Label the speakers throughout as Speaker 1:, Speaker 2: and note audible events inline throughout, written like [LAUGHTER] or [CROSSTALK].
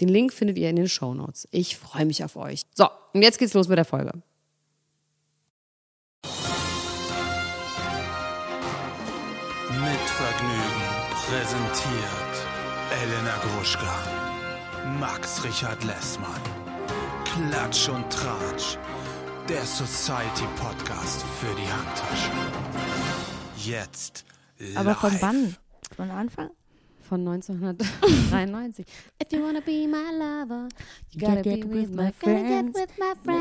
Speaker 1: Den Link findet ihr in den Shownotes. Ich freue mich auf euch. So, und jetzt geht's los mit der Folge.
Speaker 2: Mit Vergnügen präsentiert Elena Gruschka, Max Richard Lessmann, Klatsch und Tratsch, der Society Podcast für die Handtasche. Jetzt live.
Speaker 3: Aber von wann? Von Anfang?
Speaker 1: Von 1993. If you wanna be my lover, you gotta be with my friends.
Speaker 3: with my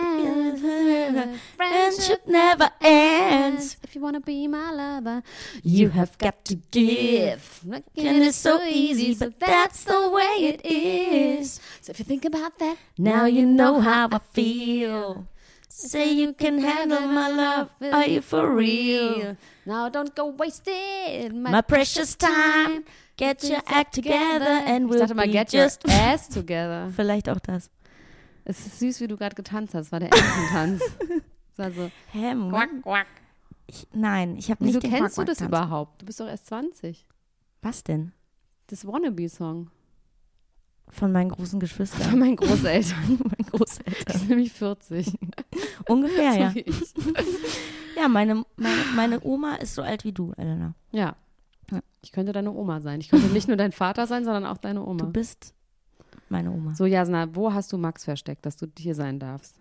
Speaker 3: Friendship never ends.
Speaker 1: If you wanna be my lover,
Speaker 3: You have got to give. And it's so easy, but that's the way it is.
Speaker 1: So if you think about that,
Speaker 3: Now you know how I feel. Say you can handle my love. Are you for real?
Speaker 1: now don't go wasted.
Speaker 3: My precious time. Get your act together and
Speaker 1: ich
Speaker 3: we'll
Speaker 1: dachte mal,
Speaker 3: be
Speaker 1: get your
Speaker 3: just.
Speaker 1: [LAUGHS] ass together.
Speaker 3: [LAUGHS] Vielleicht auch das.
Speaker 1: Es ist süß, wie du gerade getanzt hast. War der [LAUGHS] Ententanz. Es war so,
Speaker 3: Hä, Moment. Ich, nein, ich habe nicht
Speaker 1: wieso
Speaker 3: den
Speaker 1: kennst du
Speaker 3: Quack-Quack
Speaker 1: das
Speaker 3: Tanz.
Speaker 1: überhaupt? Du bist doch erst 20.
Speaker 3: Was denn?
Speaker 1: Das Wannabe-Song
Speaker 3: Von meinen
Speaker 1: [LAUGHS]
Speaker 3: großen
Speaker 1: von
Speaker 3: Geschwistern.
Speaker 1: meinen Großeltern.
Speaker 3: meinen
Speaker 1: Die
Speaker 3: Großeltern.
Speaker 1: sind nämlich [LAUGHS] 40.
Speaker 3: [LAUGHS] Ungefähr, ja.
Speaker 1: So wie ich.
Speaker 3: Ja, meine, meine, meine Oma ist so alt wie du, Elena.
Speaker 1: Ja.
Speaker 3: Ja.
Speaker 1: Ich könnte deine Oma sein. Ich könnte nicht nur dein Vater sein, sondern auch deine
Speaker 3: Du
Speaker 1: Oma.
Speaker 3: bist meine Oma.
Speaker 1: So, Jasna, wo hast du Max versteckt, dass du hier sein darfst?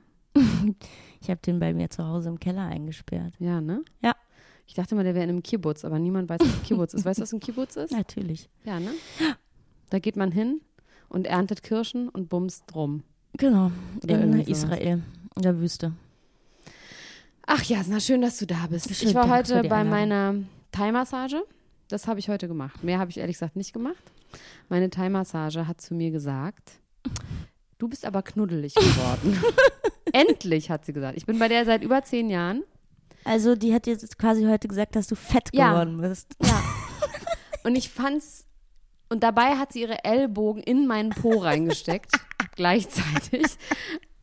Speaker 3: Ich habe den bei mir zu Hause im Keller eingesperrt.
Speaker 1: Ja, ne?
Speaker 3: Ja.
Speaker 1: Ich dachte mal, der wäre in einem Kibbutz, aber niemand weiß, was ein Kibbutz ist. Weißt du, was ein Kibbutz ist?
Speaker 3: Natürlich.
Speaker 1: Ja, ne? Da geht man hin und erntet Kirschen und bumst drum.
Speaker 3: Genau,
Speaker 1: Oder
Speaker 3: in
Speaker 1: irgendwie sowas.
Speaker 3: Israel, in der Wüste.
Speaker 1: Ach Jasna, schön, dass du da bist.
Speaker 3: Schön,
Speaker 1: ich war
Speaker 3: danke für
Speaker 1: heute
Speaker 3: die
Speaker 1: bei
Speaker 3: Einladung.
Speaker 1: meiner Thai-Massage. Das habe ich heute gemacht. Mehr habe ich ehrlich gesagt nicht gemacht. Meine Thai-Massage hat zu mir gesagt, du bist aber knuddelig
Speaker 3: [LAUGHS]
Speaker 1: geworden. Endlich, hat sie gesagt. Ich bin bei der seit über zehn Jahren.
Speaker 3: Also die hat dir jetzt quasi heute gesagt, dass du fett
Speaker 1: Ja.
Speaker 3: geworden bist.
Speaker 1: Ja. Und ich fand's. Und dabei hat sie ihre Ellbogen in meinen Po [LAUGHS] reingesteckt, gleichzeitig.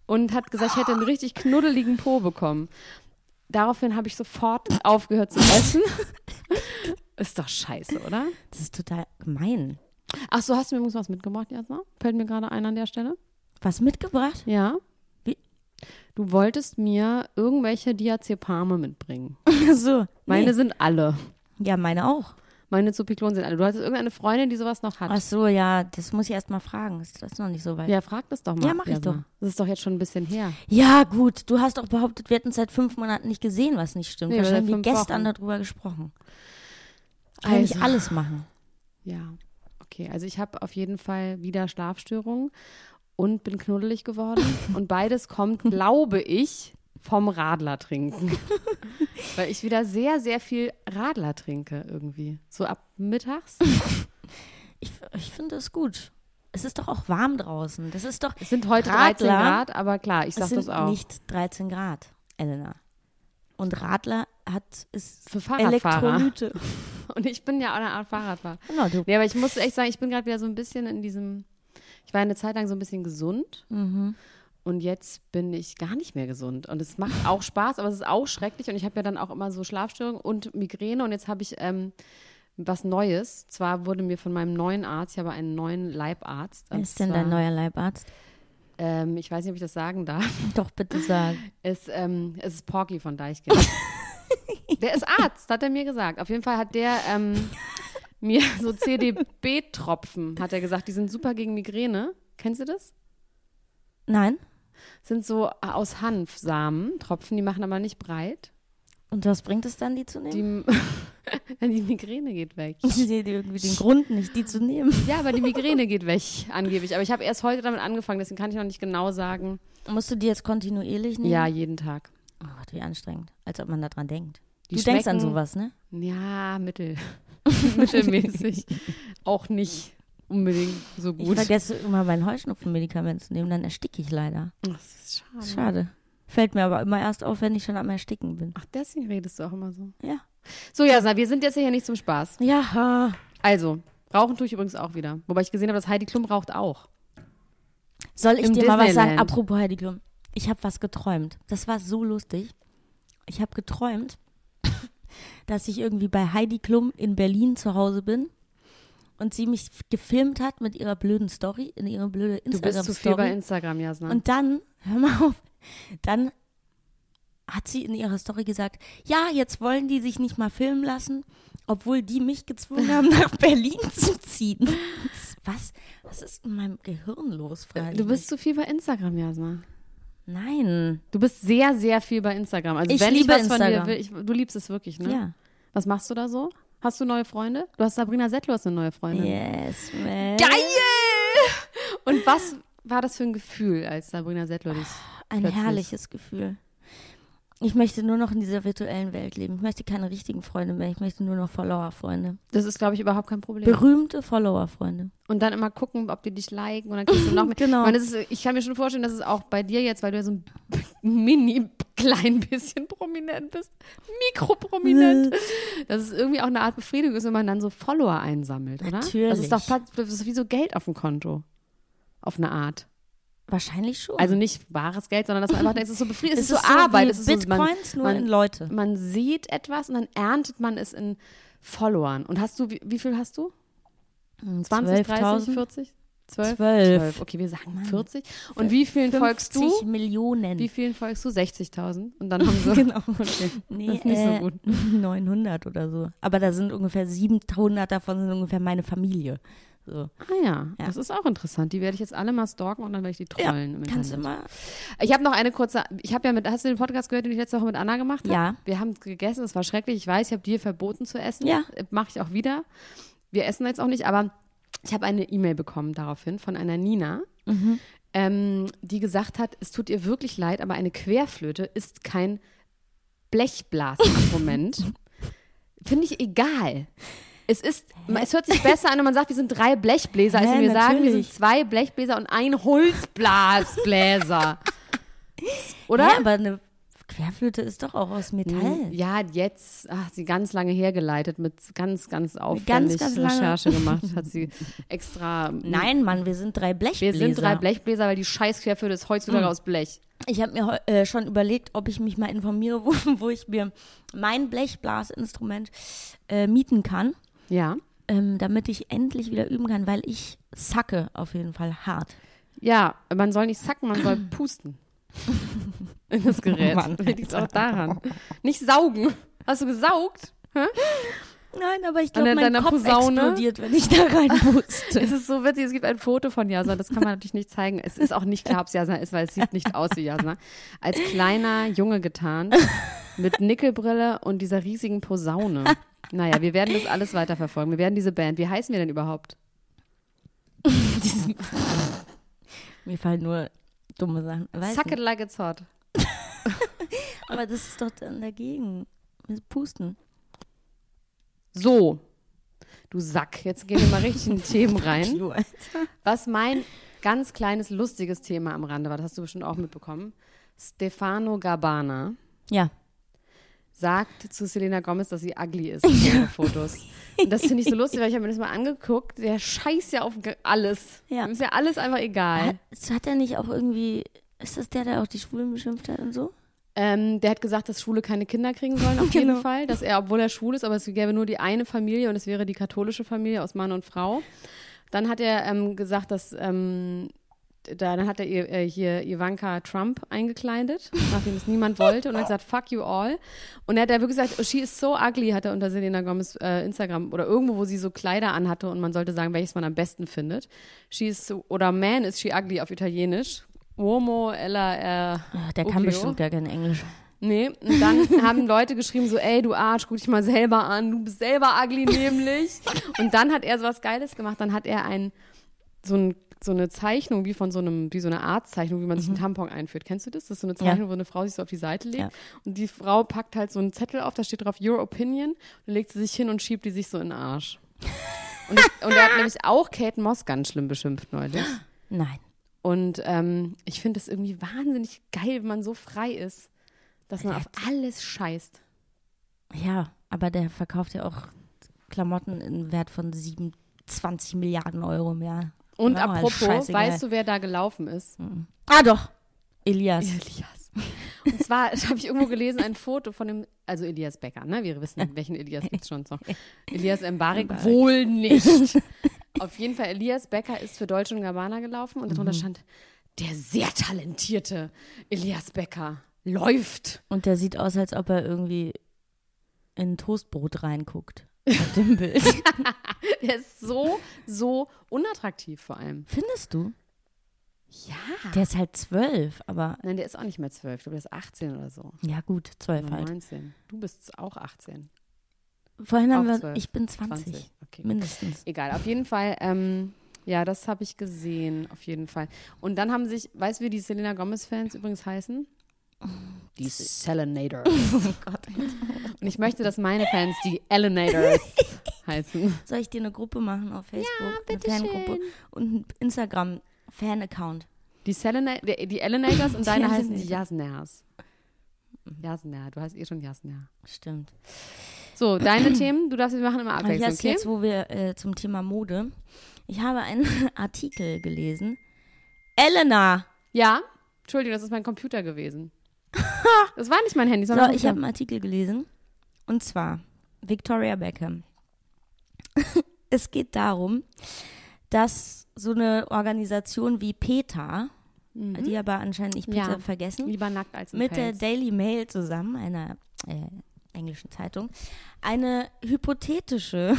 Speaker 1: Und hat gesagt, ich hätte einen richtig knuddeligen Po bekommen. Daraufhin habe ich sofort aufgehört zu essen. [LAUGHS] Ist doch scheiße, oder?
Speaker 3: Das ist total gemein.
Speaker 1: Ach so, hast du mir übrigens was mitgebracht, Jasna? Fällt mir gerade ein an der Stelle. [LAUGHS]
Speaker 3: Was mitgebracht?
Speaker 1: Ja.
Speaker 3: Wie?
Speaker 1: Du wolltest mir irgendwelche Diazepame mitbringen.
Speaker 3: so.
Speaker 1: Meine
Speaker 3: Meine
Speaker 1: sind alle.
Speaker 3: nee. Ja, meine auch.
Speaker 1: Meine Zupiklon sind alle. Du hattest irgendeine Freundin, die sowas noch hat.
Speaker 3: Ach so, ja, das muss ich erst mal fragen. Ist das noch nicht so weit?
Speaker 1: Ja, frag das doch mal.
Speaker 3: Ja, mach ich
Speaker 1: Jasna.
Speaker 3: doch.
Speaker 1: Das ist doch jetzt schon ein bisschen her.
Speaker 3: Ja, gut. Du hast auch behauptet, wir hätten seit fünf Monaten nicht gesehen, was nicht stimmt.
Speaker 1: Nee, seit
Speaker 3: Wahrscheinlich haben wir
Speaker 1: fünf
Speaker 3: gestern
Speaker 1: Wochen.
Speaker 3: darüber gesprochen. Kann ich
Speaker 1: Also.
Speaker 3: alles machen.
Speaker 1: Ja. Okay, also ich habe auf jeden Fall wieder Schlafstörungen und bin knuddelig geworden.
Speaker 3: [LAUGHS]
Speaker 1: und beides kommt, glaube ich, vom Radler
Speaker 3: [LAUGHS]
Speaker 1: trinken. Weil ich wieder sehr, sehr viel Radler trinke irgendwie. So ab mittags.
Speaker 3: Ich, ich finde es gut. Es ist doch auch warm draußen. Das ist doch.
Speaker 1: Es
Speaker 3: [LAUGHS]
Speaker 1: sind heute 13
Speaker 3: Radler?
Speaker 1: Grad, aber klar, ich
Speaker 3: Es
Speaker 1: sag
Speaker 3: sind
Speaker 1: das auch.
Speaker 3: nicht 13 Grad, Elena. Und Radler hat ist
Speaker 1: Für Fahrradfahrer.
Speaker 3: Elektrolyte.
Speaker 1: [LAUGHS] Und ich bin ja auch eine Art Fahrradfahrer.
Speaker 3: Genau, du.
Speaker 1: Nee, aber ich muss echt sagen, ich bin gerade wieder so ein bisschen in diesem. Ich war eine Zeit lang so ein bisschen gesund.
Speaker 3: Mhm.
Speaker 1: Und jetzt bin ich gar nicht mehr gesund. Und es macht auch Spaß, aber es ist auch schrecklich. Und ich habe ja dann auch immer so Schlafstörungen und Migräne. Und jetzt habe ich ähm, was Neues. Zwar wurde mir von meinem neuen Arzt, ich habe einen neuen Leibarzt.
Speaker 3: Wer
Speaker 1: Und
Speaker 3: ist denn
Speaker 1: zwar,
Speaker 3: dein neuer Leibarzt?
Speaker 1: Ähm, ich weiß nicht, ob ich das sagen darf.
Speaker 3: Doch,
Speaker 1: [LAUGHS]
Speaker 3: bitte sagen.
Speaker 1: Es, ähm, es ist Porky von Deichkind. [LAUGHS] der ist Arzt, hat er mir gesagt. Auf jeden Fall hat der ähm, mir so CDB-Tropfen, hat er gesagt. Die sind super gegen Migräne. Kennst du das?
Speaker 3: Nein?
Speaker 1: Sind so äh, aus Hanfsamen, Tropfen, die machen aber nicht breit.
Speaker 3: Und was bringt es dann, die zu nehmen? [LAUGHS]
Speaker 1: Die, [LAUGHS] Nein, die Migräne geht weg.
Speaker 3: Ich sehe dir irgendwie den Grund nicht, die zu nehmen.
Speaker 1: Ja, aber die Migräne geht weg, angeblich. Aber ich habe erst heute damit angefangen, deswegen kann ich noch nicht genau sagen. Mhm.
Speaker 3: Musst du die jetzt kontinuierlich nehmen?
Speaker 1: Ja, jeden Tag.
Speaker 3: Oh Gott, wie anstrengend. Als ob man daran denkt.
Speaker 1: Die
Speaker 3: du denkst an
Speaker 1: schmecken-
Speaker 3: sowas, ne?
Speaker 1: Ja, [LAUGHS] mittel. mittelmäßig. Auch nicht unbedingt so
Speaker 3: Ich
Speaker 1: gut.
Speaker 3: vergesse immer mein Heuschnupfenmedikament zu nehmen, dann ersticke ich leider.
Speaker 1: Ach, das ist schade.
Speaker 3: Ist Schade. Fällt mir aber immer erst auf, wenn ich schon am Ersticken bin.
Speaker 1: Ach, deswegen redest du auch immer so.
Speaker 3: Ja.
Speaker 1: So, Jasa, wir sind jetzt hier nicht zum Spaß.
Speaker 3: Ja.
Speaker 1: Also, rauchen tue ich übrigens auch wieder. Wobei ich gesehen habe, dass Heidi Klum raucht auch.
Speaker 3: Soll ich
Speaker 1: Im
Speaker 3: dir mal was sagen?
Speaker 1: Disneyland.
Speaker 3: Apropos Heidi Klum. Ich habe was geträumt. Das war so lustig. Ich habe geträumt, [LAUGHS] dass ich irgendwie bei Heidi Klum in Berlin zu Hause bin und sie mich gefilmt hat mit ihrer blöden Story, in ihrer blöden
Speaker 1: Du bist zu viel bei
Speaker 3: Instagram-Story.
Speaker 1: Instagram, Jasna.
Speaker 3: Und dann, hör mal auf, dann hat sie in ihrer Story gesagt, ja, jetzt wollen die sich nicht mal filmen lassen, obwohl die mich gezwungen haben,
Speaker 1: [LAUGHS]
Speaker 3: nach Berlin zu ziehen. Was? Was ist in meinem Gehirn los, frage ich
Speaker 1: du
Speaker 3: mich.
Speaker 1: bist zu viel bei Instagram, Jasna.
Speaker 3: Nein.
Speaker 1: Du bist sehr, sehr viel bei Instagram. Also
Speaker 3: Ich
Speaker 1: wenn
Speaker 3: liebe
Speaker 1: ich was
Speaker 3: Instagram.
Speaker 1: von dir will, ich, du liebst es wirklich, ne?
Speaker 3: Ja.
Speaker 1: Was machst du da so? Hast du neue Freunde? Du hast Sabrina Settler hast eine neue Freundin.
Speaker 3: Yes, man.
Speaker 1: Geil! Und was war das für ein Gefühl, als Sabrina Settler dich
Speaker 3: Ein
Speaker 1: plötzlich.
Speaker 3: herrliches Gefühl. Ich möchte nur noch in dieser virtuellen Welt leben. Ich möchte keine richtigen Freunde mehr. Ich möchte nur noch Follower-Freunde.
Speaker 1: Das ist, glaube ich, überhaupt kein Problem.
Speaker 3: Berühmte Follower-Freunde.
Speaker 1: und dann immer gucken, ob die dich liken und dann kriegst du
Speaker 3: [LAUGHS]
Speaker 1: noch mehr.
Speaker 3: Genau.
Speaker 1: Ich, meine, das ist, ich kann mir schon vorstellen, dass es auch bei dir jetzt, weil du ja so ein [LAUGHS] mini klein bisschen prominent bist, mikroprominent,
Speaker 3: Äh.
Speaker 1: dass es irgendwie auch eine Art Befriedigung ist, wenn man dann so Follower einsammelt, oder? Das
Speaker 3: Natürlich.
Speaker 1: ist doch Platz- das ist wie so Geld auf dem Konto. Auf eine Art.
Speaker 3: Wahrscheinlich schon.
Speaker 1: Also nicht wahres Geld, sondern dass man einfach denkt, es ist so befriedigend, es,
Speaker 3: Oh. Es
Speaker 1: ist so Arbeit.
Speaker 3: wie
Speaker 1: Es ist
Speaker 3: Bitcoins
Speaker 1: so,
Speaker 3: nur
Speaker 1: man, man,
Speaker 3: in Leute.
Speaker 1: man sieht etwas und dann erntet man es in Followern. Und hast du, wie, wie viel hast du? 20, 30, 40? 12?
Speaker 3: Zwölf.
Speaker 1: Okay, wir sagen 40. Und wie vielen folgst du?
Speaker 3: Millionen.
Speaker 1: Wie vielen folgst du? 60.000. Und dann [LAUGHS] haben sie.
Speaker 3: Genau.
Speaker 1: Okay.
Speaker 3: Nee,
Speaker 1: das ist nicht so
Speaker 3: äh, [LAUGHS]
Speaker 1: gut. [LAUGHS]
Speaker 3: 900 oder so. Aber da sind ungefähr 700 davon sind ungefähr meine Familie. So.
Speaker 1: Ah ja. das ist auch interessant. Die werde ich jetzt alle mal stalken und dann werde ich die
Speaker 3: Ja,
Speaker 1: trollen. im
Speaker 3: kannst du
Speaker 1: Internet.
Speaker 3: mal.
Speaker 1: Ich habe noch eine kurze. Ich habe ja mit. Hast du den Podcast gehört, den ich letzte Woche mit Anna gemacht habe?
Speaker 3: Ja.
Speaker 1: Wir haben gegessen. Es war schrecklich. Ich weiß, ich habe dir verboten zu essen.
Speaker 3: Ja.
Speaker 1: Mache ich auch wieder. Wir essen jetzt auch nicht, aber ich habe eine E-Mail bekommen daraufhin von einer Nina.
Speaker 3: Mhm.
Speaker 1: Ähm, die gesagt hat, es tut ihr wirklich leid, aber eine Querflöte ist kein
Speaker 3: [LAUGHS]
Speaker 1: Blechblasinstrument. Finde ich egal. Es ist, es hört sich besser an, wenn man sagt, wir sind drei Blechbläser, als
Speaker 3: Hä,
Speaker 1: wenn wir sagen, wir sind
Speaker 3: natürlich.
Speaker 1: zwei Blechbläser und ein
Speaker 3: [LAUGHS]
Speaker 1: Holzblasbläser. Oder?
Speaker 3: Ja, aber eine Querflöte ist doch auch aus Metall.
Speaker 1: Hm, Ja, jetzt hat sie ganz lange hergeleitet mit ganz, ganz aufwendig
Speaker 3: ganz, ganz lange- [LAUGHS]
Speaker 1: Recherche gemacht. Hat sie extra. hm,
Speaker 3: Nein, Mann, wir sind drei
Speaker 1: wir
Speaker 3: Blechbläser.
Speaker 1: sind drei Blechbläser, weil die Scheißquerflöte ist heutzutage
Speaker 3: Hm.
Speaker 1: aus Blech.
Speaker 3: Ich habe mir heu- äh, schon überlegt, ob ich mich mal informiere, [LAUGHS] wo, wo ich mir mein Blechblasinstrument äh, mieten kann,
Speaker 1: Ja.
Speaker 3: ähm, damit ich endlich wieder üben kann, weil ich sacke auf jeden Fall hart.
Speaker 1: Ja, man soll nicht sacken, man
Speaker 3: [LAUGHS]
Speaker 1: soll pusten. In das Gerät.
Speaker 3: Mann,
Speaker 1: Vielleicht liegt's auch daran. Nicht saugen. Hast du gesaugt?
Speaker 3: Nein, aber ich
Speaker 1: An
Speaker 3: glaube,
Speaker 1: der-
Speaker 3: mein
Speaker 1: deiner
Speaker 3: Kopf
Speaker 1: Posaune?
Speaker 3: explodiert, wenn ich
Speaker 1: [LAUGHS]
Speaker 3: da reinpuste.
Speaker 1: Es ist so witzig, es gibt ein Foto von Jasna, das kann man natürlich nicht zeigen. Es ist auch nicht klar, ob es Jasna ist, weil es sieht nicht aus wie Jasna. Als kleiner Junge getarnt, mit Nickelbrille und dieser riesigen Posaune. Naja, wir werden das alles weiterverfolgen. Wir werden diese Band, wie heißen wir denn überhaupt?
Speaker 3: [LAUGHS] Mir fallen nur dumme Sachen. Weiß
Speaker 1: Suck it
Speaker 3: nicht.
Speaker 1: like it's hot.
Speaker 3: Aber das ist doch dann dagegen. Mit Pusten.
Speaker 1: So, du Sack, jetzt gehen wir mal richtig in die Themen rein. Was mein ganz kleines, lustiges Thema am Rande war, das hast du bestimmt auch mitbekommen. Stefano Gabbana
Speaker 3: Ja.
Speaker 1: sagt zu Selena Gomez, dass sie ugly
Speaker 3: [LAUGHS]
Speaker 1: ist in ihren Fotos. Und das finde ich so lustig, weil ich habe mir das mal angeguckt. Der scheißt ja auf ge- alles.
Speaker 3: Ja.
Speaker 1: Ihm Ist ja alles einfach egal.
Speaker 3: Hat, hat er nicht auch irgendwie. Ist das der, der auch die Schwulen beschimpft hat und so?
Speaker 1: Ähm, der hat gesagt, dass Schwule keine Kinder kriegen sollen, auf jeden
Speaker 3: Genau.
Speaker 1: Fall. Dass er, obwohl er schwul ist, aber es gäbe nur die eine Familie und es wäre die katholische Familie aus Mann und Frau. Dann hat er ähm, gesagt, dass ähm, da- dann hat er ihr, äh, hier Ivanka Trump eingekleidet, nachdem es niemand wollte und hat gesagt, fuck you all. Und er hat er wirklich gesagt, oh, she is so ugly, hat er unter Selena Gomez äh, Instagram oder irgendwo, wo sie so Kleider anhatte und man sollte sagen, welches man am besten findet. She is, so- oder man is she ugly auf Italienisch. Uomo ella, äh,
Speaker 3: Ach, Ah, der kann
Speaker 1: Uglio.
Speaker 3: bestimmt gar kein Englisch.
Speaker 1: Nee, und dann haben Leute geschrieben so, ey, du Arsch, guck dich mal selber an, du bist selber ugly nämlich. Und dann hat er so was Geiles gemacht, dann hat er ein, so ein, so eine Zeichnung wie von so einem, wie so eine Arztzeichnung, wie man sich einen Tampon einführt. Kennst du das? Das ist so eine Zeichnung, wo eine Frau sich so auf die Seite legt
Speaker 3: Ja.
Speaker 1: und die Frau packt halt so einen Zettel auf, da steht drauf Your Opinion und dann legt sie sich hin und schiebt die sich so in den Arsch. Und, ich, und er hat nämlich auch Kate Moss ganz schlimm beschimpft neulich.
Speaker 3: Nein.
Speaker 1: Und ähm, ich finde das irgendwie wahnsinnig geil, wenn man so frei ist, dass man auf alles scheißt.
Speaker 3: Ja, aber der verkauft ja auch Klamotten im Wert von 27 Milliarden Euro im Jahr.
Speaker 1: Und
Speaker 3: Ja,
Speaker 1: apropos,
Speaker 3: scheißegal.
Speaker 1: weißt du, wer da gelaufen ist?
Speaker 3: Ah, doch. Elias.
Speaker 1: Elias. Und zwar [LAUGHS] habe ich irgendwo gelesen, ein Foto von dem, also Elias Becker, ne? Wir wissen, welchen Elias gibt es schon so. Elias Mbarik wohl nicht. Auf jeden Fall, Elias Becker ist für Deutsche und Gabbana gelaufen und darunter stand, der sehr talentierte Elias Becker läuft.
Speaker 3: Und der sieht aus, als ob er irgendwie in ein Toastbrot reinguckt. Auf [LAUGHS] dem Bild.
Speaker 1: Der ist so, so unattraktiv vor allem.
Speaker 3: Findest du?
Speaker 1: Ja.
Speaker 3: Der ist halt zwölf, aber
Speaker 1: Nein, der ist auch nicht mehr zwölf, du bist 18 oder so.
Speaker 3: ja gut, zwölf
Speaker 1: Oder
Speaker 3: halt.
Speaker 1: 19. Du bist auch 18.
Speaker 3: Vorhin haben
Speaker 1: Auch
Speaker 3: wir,
Speaker 1: zwölf.
Speaker 3: ich bin 20,
Speaker 1: 20. Okay.
Speaker 3: mindestens.
Speaker 1: Egal, auf jeden Fall. Ähm, ja, das habe ich gesehen, auf jeden Fall. Und dann haben sich, weißt du, wie die Selena Gomez-Fans übrigens heißen? Die [LAUGHS] Selenators.
Speaker 3: Oh Gott.
Speaker 1: Und ich möchte, dass meine Fans die
Speaker 3: [LAUGHS]
Speaker 1: Elenators heißen.
Speaker 3: Soll ich dir eine Gruppe machen auf Facebook?
Speaker 1: bitte
Speaker 3: eine Fangruppe
Speaker 1: schön.
Speaker 3: und einen Instagram-Fan-Account.
Speaker 1: Die, Selena die, die Elenators und deine
Speaker 3: Die
Speaker 1: heißen die Jasners. Jasner, du heißt eh schon Jasner.
Speaker 3: Stimmt.
Speaker 1: So, deine Themen, du darfst, wir machen immer
Speaker 3: Aber
Speaker 1: abwechselnd,
Speaker 3: Ah, jetzt,
Speaker 1: okay?
Speaker 3: jetzt, wo wir äh, zum Thema Mode. Ich habe einen [LAUGHS] Artikel gelesen. Elena!
Speaker 1: Ja, Entschuldigung, das ist mein Computer
Speaker 3: [LAUGHS]
Speaker 1: gewesen. Das war nicht mein Handy,
Speaker 3: So,
Speaker 1: sondern
Speaker 3: ich
Speaker 1: Computer.
Speaker 3: habe einen Artikel gelesen. Und zwar Victoria Beckham. [LAUGHS] es geht darum, dass so eine Organisation wie PETA, die aber anscheinend nicht
Speaker 1: Mhm. Ja.
Speaker 3: PETA vergessen,
Speaker 1: lieber nackt als im
Speaker 3: mit der
Speaker 1: Pelz.
Speaker 3: Daily Mail zusammen, einer äh, englischen Zeitung, eine hypothetische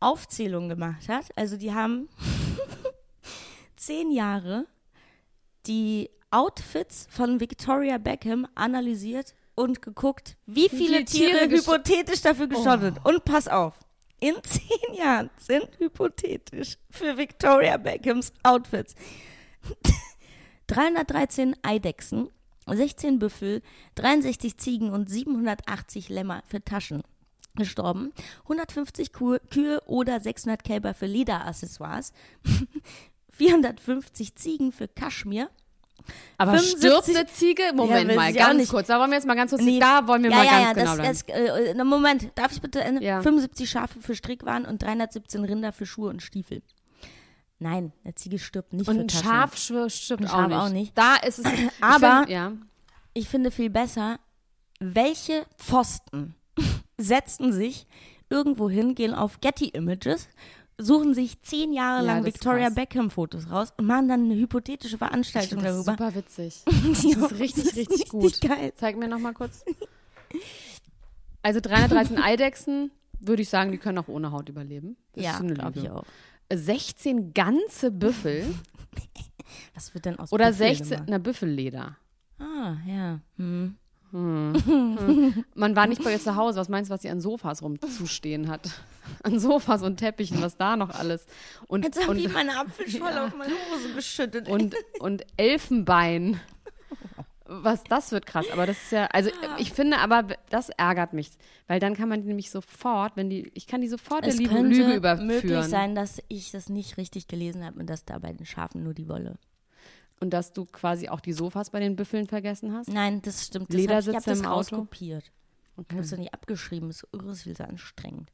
Speaker 3: Aufzählung gemacht hat. Also die haben [LAUGHS] zehn Jahre die Outfits von Victoria Beckham analysiert und geguckt, wie viele
Speaker 1: viele Tiere
Speaker 3: Tiere,
Speaker 1: gesto- Oh.
Speaker 3: hypothetisch dafür gestorben sind. Und pass auf, in [LAUGHS] zehn Jahren sind hypothetisch für Victoria Beckhams Outfits [LAUGHS] 313 Eidechsen, 16 Büffel, 63 Ziegen und 780 Lämmer für Taschen gestorben, 150 Kuh Kühe oder 600 Kälber für Lederaccessoires, [LAUGHS] 450 Ziegen für Kaschmir.
Speaker 1: Aber
Speaker 3: 75
Speaker 1: stirbt eine Ziege? Moment
Speaker 3: Ja, weiß
Speaker 1: mal,
Speaker 3: ich auch
Speaker 1: ganz
Speaker 3: nicht.
Speaker 1: kurz. Da wollen wir jetzt mal ganz kurz, Also
Speaker 3: Nee.
Speaker 1: da wollen wir
Speaker 3: ja,
Speaker 1: mal
Speaker 3: ja,
Speaker 1: ganz
Speaker 3: ja,
Speaker 1: genau bleiben.
Speaker 3: das, das, äh, na, Moment, darf ich bitte Ende?
Speaker 1: Ja.
Speaker 3: 75 Schafe für Strickwaren und 317 Rinder für Schuhe und Stiefel. Nein, eine Ziege stirbt nicht
Speaker 1: und
Speaker 3: für
Speaker 1: ein
Speaker 3: Taschen.
Speaker 1: Schaf schw- stirbt
Speaker 3: Ein
Speaker 1: auch,
Speaker 3: Schaf
Speaker 1: nicht.
Speaker 3: auch nicht.
Speaker 1: Da ist es.
Speaker 3: [LAUGHS]
Speaker 1: ich
Speaker 3: Aber-
Speaker 1: find- ja.
Speaker 3: ich finde viel besser, welche Pfosten [LAUGHS] setzen sich irgendwo hin, gehen auf Getty Images, suchen sich zehn Jahre
Speaker 1: Ja,
Speaker 3: lang
Speaker 1: das ist
Speaker 3: Victoria
Speaker 1: krass.
Speaker 3: Beckham Fotos raus und machen dann eine hypothetische
Speaker 1: Ich
Speaker 3: Veranstaltung
Speaker 1: finde das
Speaker 3: darüber.
Speaker 1: super
Speaker 3: [LAUGHS]
Speaker 1: witzig. Das
Speaker 3: Ja,
Speaker 1: ist richtig,
Speaker 3: das ist
Speaker 1: richtig
Speaker 3: richtig
Speaker 1: gut.
Speaker 3: geil.
Speaker 1: Zeig mir nochmal kurz. Also 313 Eidechsen, würde ich sagen, die können auch ohne Haut überleben. Das ist
Speaker 3: Ja,
Speaker 1: eine
Speaker 3: glaube ich
Speaker 1: Lüge.
Speaker 3: auch.
Speaker 1: 16 ganze Büffel
Speaker 3: [LAUGHS] Was wird denn aus
Speaker 1: oder
Speaker 3: Büffeln
Speaker 1: 16,
Speaker 3: gemacht?
Speaker 1: na Büffelleder.
Speaker 3: Ah, ja. Hm.
Speaker 1: Man war nicht bei ihr zu Hause. Was meinst du, was sie an Sofas rumzustehen hat? [LAUGHS] An Sofas und Teppichen, was da noch alles. Und,
Speaker 3: Jetzt haben die
Speaker 1: und,
Speaker 3: meine [LAUGHS] Apfelschorle auf meine Hose geschüttet.
Speaker 1: und, und Elfenbein. Was das wird krass, aber das ist ja, also
Speaker 3: Ah.
Speaker 1: ich finde aber, das ärgert mich, weil dann kann man die nämlich sofort, wenn die, ich kann die sofort der
Speaker 3: es
Speaker 1: lieben
Speaker 3: könnte
Speaker 1: Lüge überführen.
Speaker 3: möglich sein, dass ich das nicht richtig gelesen habe und dass da bei den Schafen nur die Wolle.
Speaker 1: Und dass du quasi auch die Sofas bei den Büffeln vergessen hast.
Speaker 3: Nein, das stimmt. Das hab ich ich habe
Speaker 1: Ledersitze
Speaker 3: das
Speaker 1: im Auto?
Speaker 3: rauskopiert. Ich habe es doch nicht abgeschrieben. Das ist irre viel so anstrengend.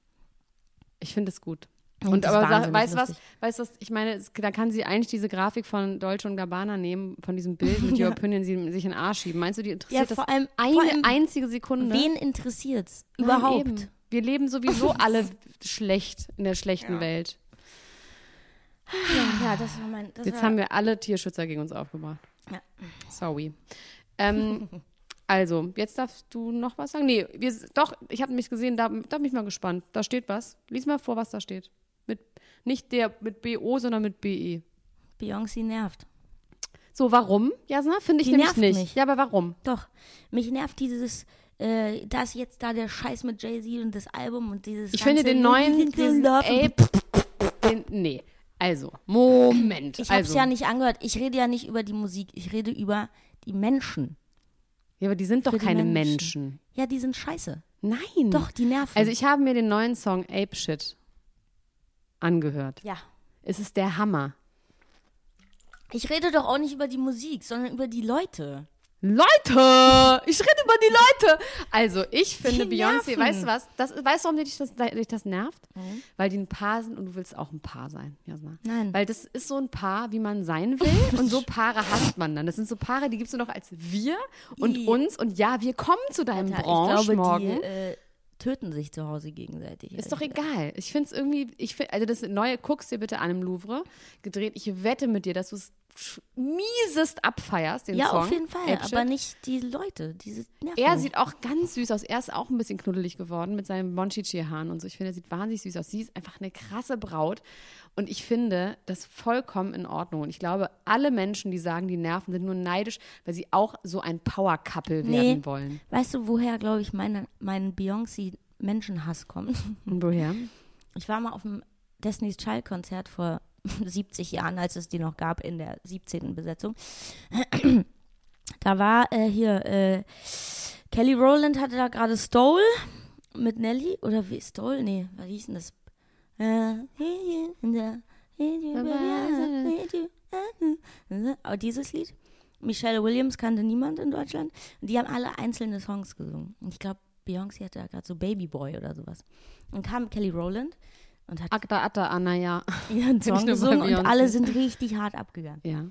Speaker 1: Ich finde es gut.
Speaker 3: Ja,
Speaker 1: Und
Speaker 3: das ist
Speaker 1: aber sag,
Speaker 3: wahnsinnig
Speaker 1: weißt du was,
Speaker 3: lustig.
Speaker 1: weißt du was, ich meine, es, da kann sie eigentlich diese Grafik von Dolce und Gabbana nehmen, von diesem Bild
Speaker 3: [LAUGHS]
Speaker 1: mit Your Opinion, sie sich in den Arsch schieben. Meinst du, die interessiert
Speaker 3: Ja, vor
Speaker 1: das
Speaker 3: allem-
Speaker 1: eine
Speaker 3: vor allem-
Speaker 1: einzige Sekunde?
Speaker 3: Wen interessiert's
Speaker 1: Ne? Nein,
Speaker 3: überhaupt?
Speaker 1: eben. Wir leben sowieso
Speaker 3: [LAUGHS]
Speaker 1: alle schlecht in der schlechten Welt.
Speaker 3: Ja, das war mein. Das
Speaker 1: Jetzt
Speaker 3: war,
Speaker 1: haben wir alle Tierschützer gegen uns aufgebracht.
Speaker 3: Ja.
Speaker 1: Sorry.
Speaker 3: [LAUGHS]
Speaker 1: Ähm, also, jetzt darfst du noch was sagen? Nee, wir, doch, ich habe mich gesehen, da, da bin ich mal gespannt. Da steht was. Lies mal vor, was da steht. Mit, nicht der mit BO, sondern mit E. BE.
Speaker 3: Beyoncé nervt.
Speaker 1: So, warum? Jasna, finde ich
Speaker 3: Die
Speaker 1: nämlich
Speaker 3: nervt
Speaker 1: nicht.
Speaker 3: mich.
Speaker 1: Ja, aber warum?
Speaker 3: Doch, mich nervt dieses. Äh, da ist jetzt da der Scheiß mit Jay-Z und das Album und dieses.
Speaker 1: Ich finde
Speaker 3: ganze-
Speaker 1: den
Speaker 3: Wir
Speaker 1: neuen,
Speaker 3: sind so in
Speaker 1: diesen,
Speaker 3: love.
Speaker 1: ey, den, nee. Also, Moment.
Speaker 3: Ich hab's
Speaker 1: also,
Speaker 3: ja nicht angehört. Ich rede ja nicht über die Musik, ich rede über die Menschen.
Speaker 1: ja, aber die sind doch
Speaker 3: Für die
Speaker 1: keine Menschen.
Speaker 3: Menschen. Ja, die sind scheiße.
Speaker 1: Nein.
Speaker 3: Doch, die nerven.
Speaker 1: Also ich habe mir den neuen Song Ape Shit angehört.
Speaker 3: ja.
Speaker 1: Es ist der Hammer.
Speaker 3: Ich rede doch auch nicht über die Musik, sondern über die Leute.
Speaker 1: Leute! Ich rede über die Leute! Also, ich finde
Speaker 3: Die
Speaker 1: Beyoncé,
Speaker 3: nerven.
Speaker 1: weißt du was? Das, weißt du, warum dich das, dich das nervt? Weil die ein Paar sind und du willst auch ein Paar sein. Jasna.
Speaker 3: Nein.
Speaker 1: Weil das ist so ein Paar, wie man sein
Speaker 3: [LAUGHS]
Speaker 1: will. und so Paare hasst man dann. Das sind so Paare, die gibst du noch als wir und
Speaker 3: I.
Speaker 1: uns. Und ja, wir kommen zu deinem
Speaker 3: Ja, ich glaube,
Speaker 1: Branchmorgen.
Speaker 3: die äh, töten sich zu Hause gegenseitig.
Speaker 1: Ist doch egal. Ich finde es irgendwie, ich find, also das neue, guck's dir bitte an im Louvre, gedreht. Ich wette mit dir, dass du es miesest abfeierst, den
Speaker 3: ja,
Speaker 1: Song.
Speaker 3: auf jeden Fall,
Speaker 1: Ape Shit.
Speaker 3: aber nicht die Leute, diese nerven.
Speaker 1: Er
Speaker 3: mich.
Speaker 1: sieht auch ganz süß aus. Er ist auch ein bisschen knuddelig geworden mit seinem Monchichi-Haaren und so. Ich finde, er sieht wahnsinnig süß aus. Sie ist einfach eine krasse Braut. Und ich finde das vollkommen in Ordnung. Und ich glaube, alle Menschen, die sagen, die Nerven sind nur neidisch, weil sie auch so ein Power-Couple werden wollen.
Speaker 3: Weißt du, woher, glaube ich, meine, mein Beyoncé-Menschenhass kommt?
Speaker 1: Und woher?
Speaker 3: Ich war mal auf dem Destiny's Child-Konzert vor [LAUGHS] 70 Jahren, als es die noch gab, in der 17. Besetzung. Da war äh, hier, äh, Kelly Rowland hatte da gerade Stole mit Nelly. Oder wie, Stole? Nee, was hieß denn das? Äh, Aber dieses Lied, Michelle Williams kannte niemand in Deutschland. Und die haben alle einzelne Songs gesungen. Und ich glaube, Beyoncé hatte da gerade so Baby Boy oder sowas. Und kam Kelly Rowland und hat
Speaker 1: Akta Atta Anna, ja. [LAUGHS]
Speaker 3: ihren Song
Speaker 1: nur bei
Speaker 3: gesungen und
Speaker 1: Beyoncé.
Speaker 3: alle sind richtig hart abgegangen.
Speaker 1: ja.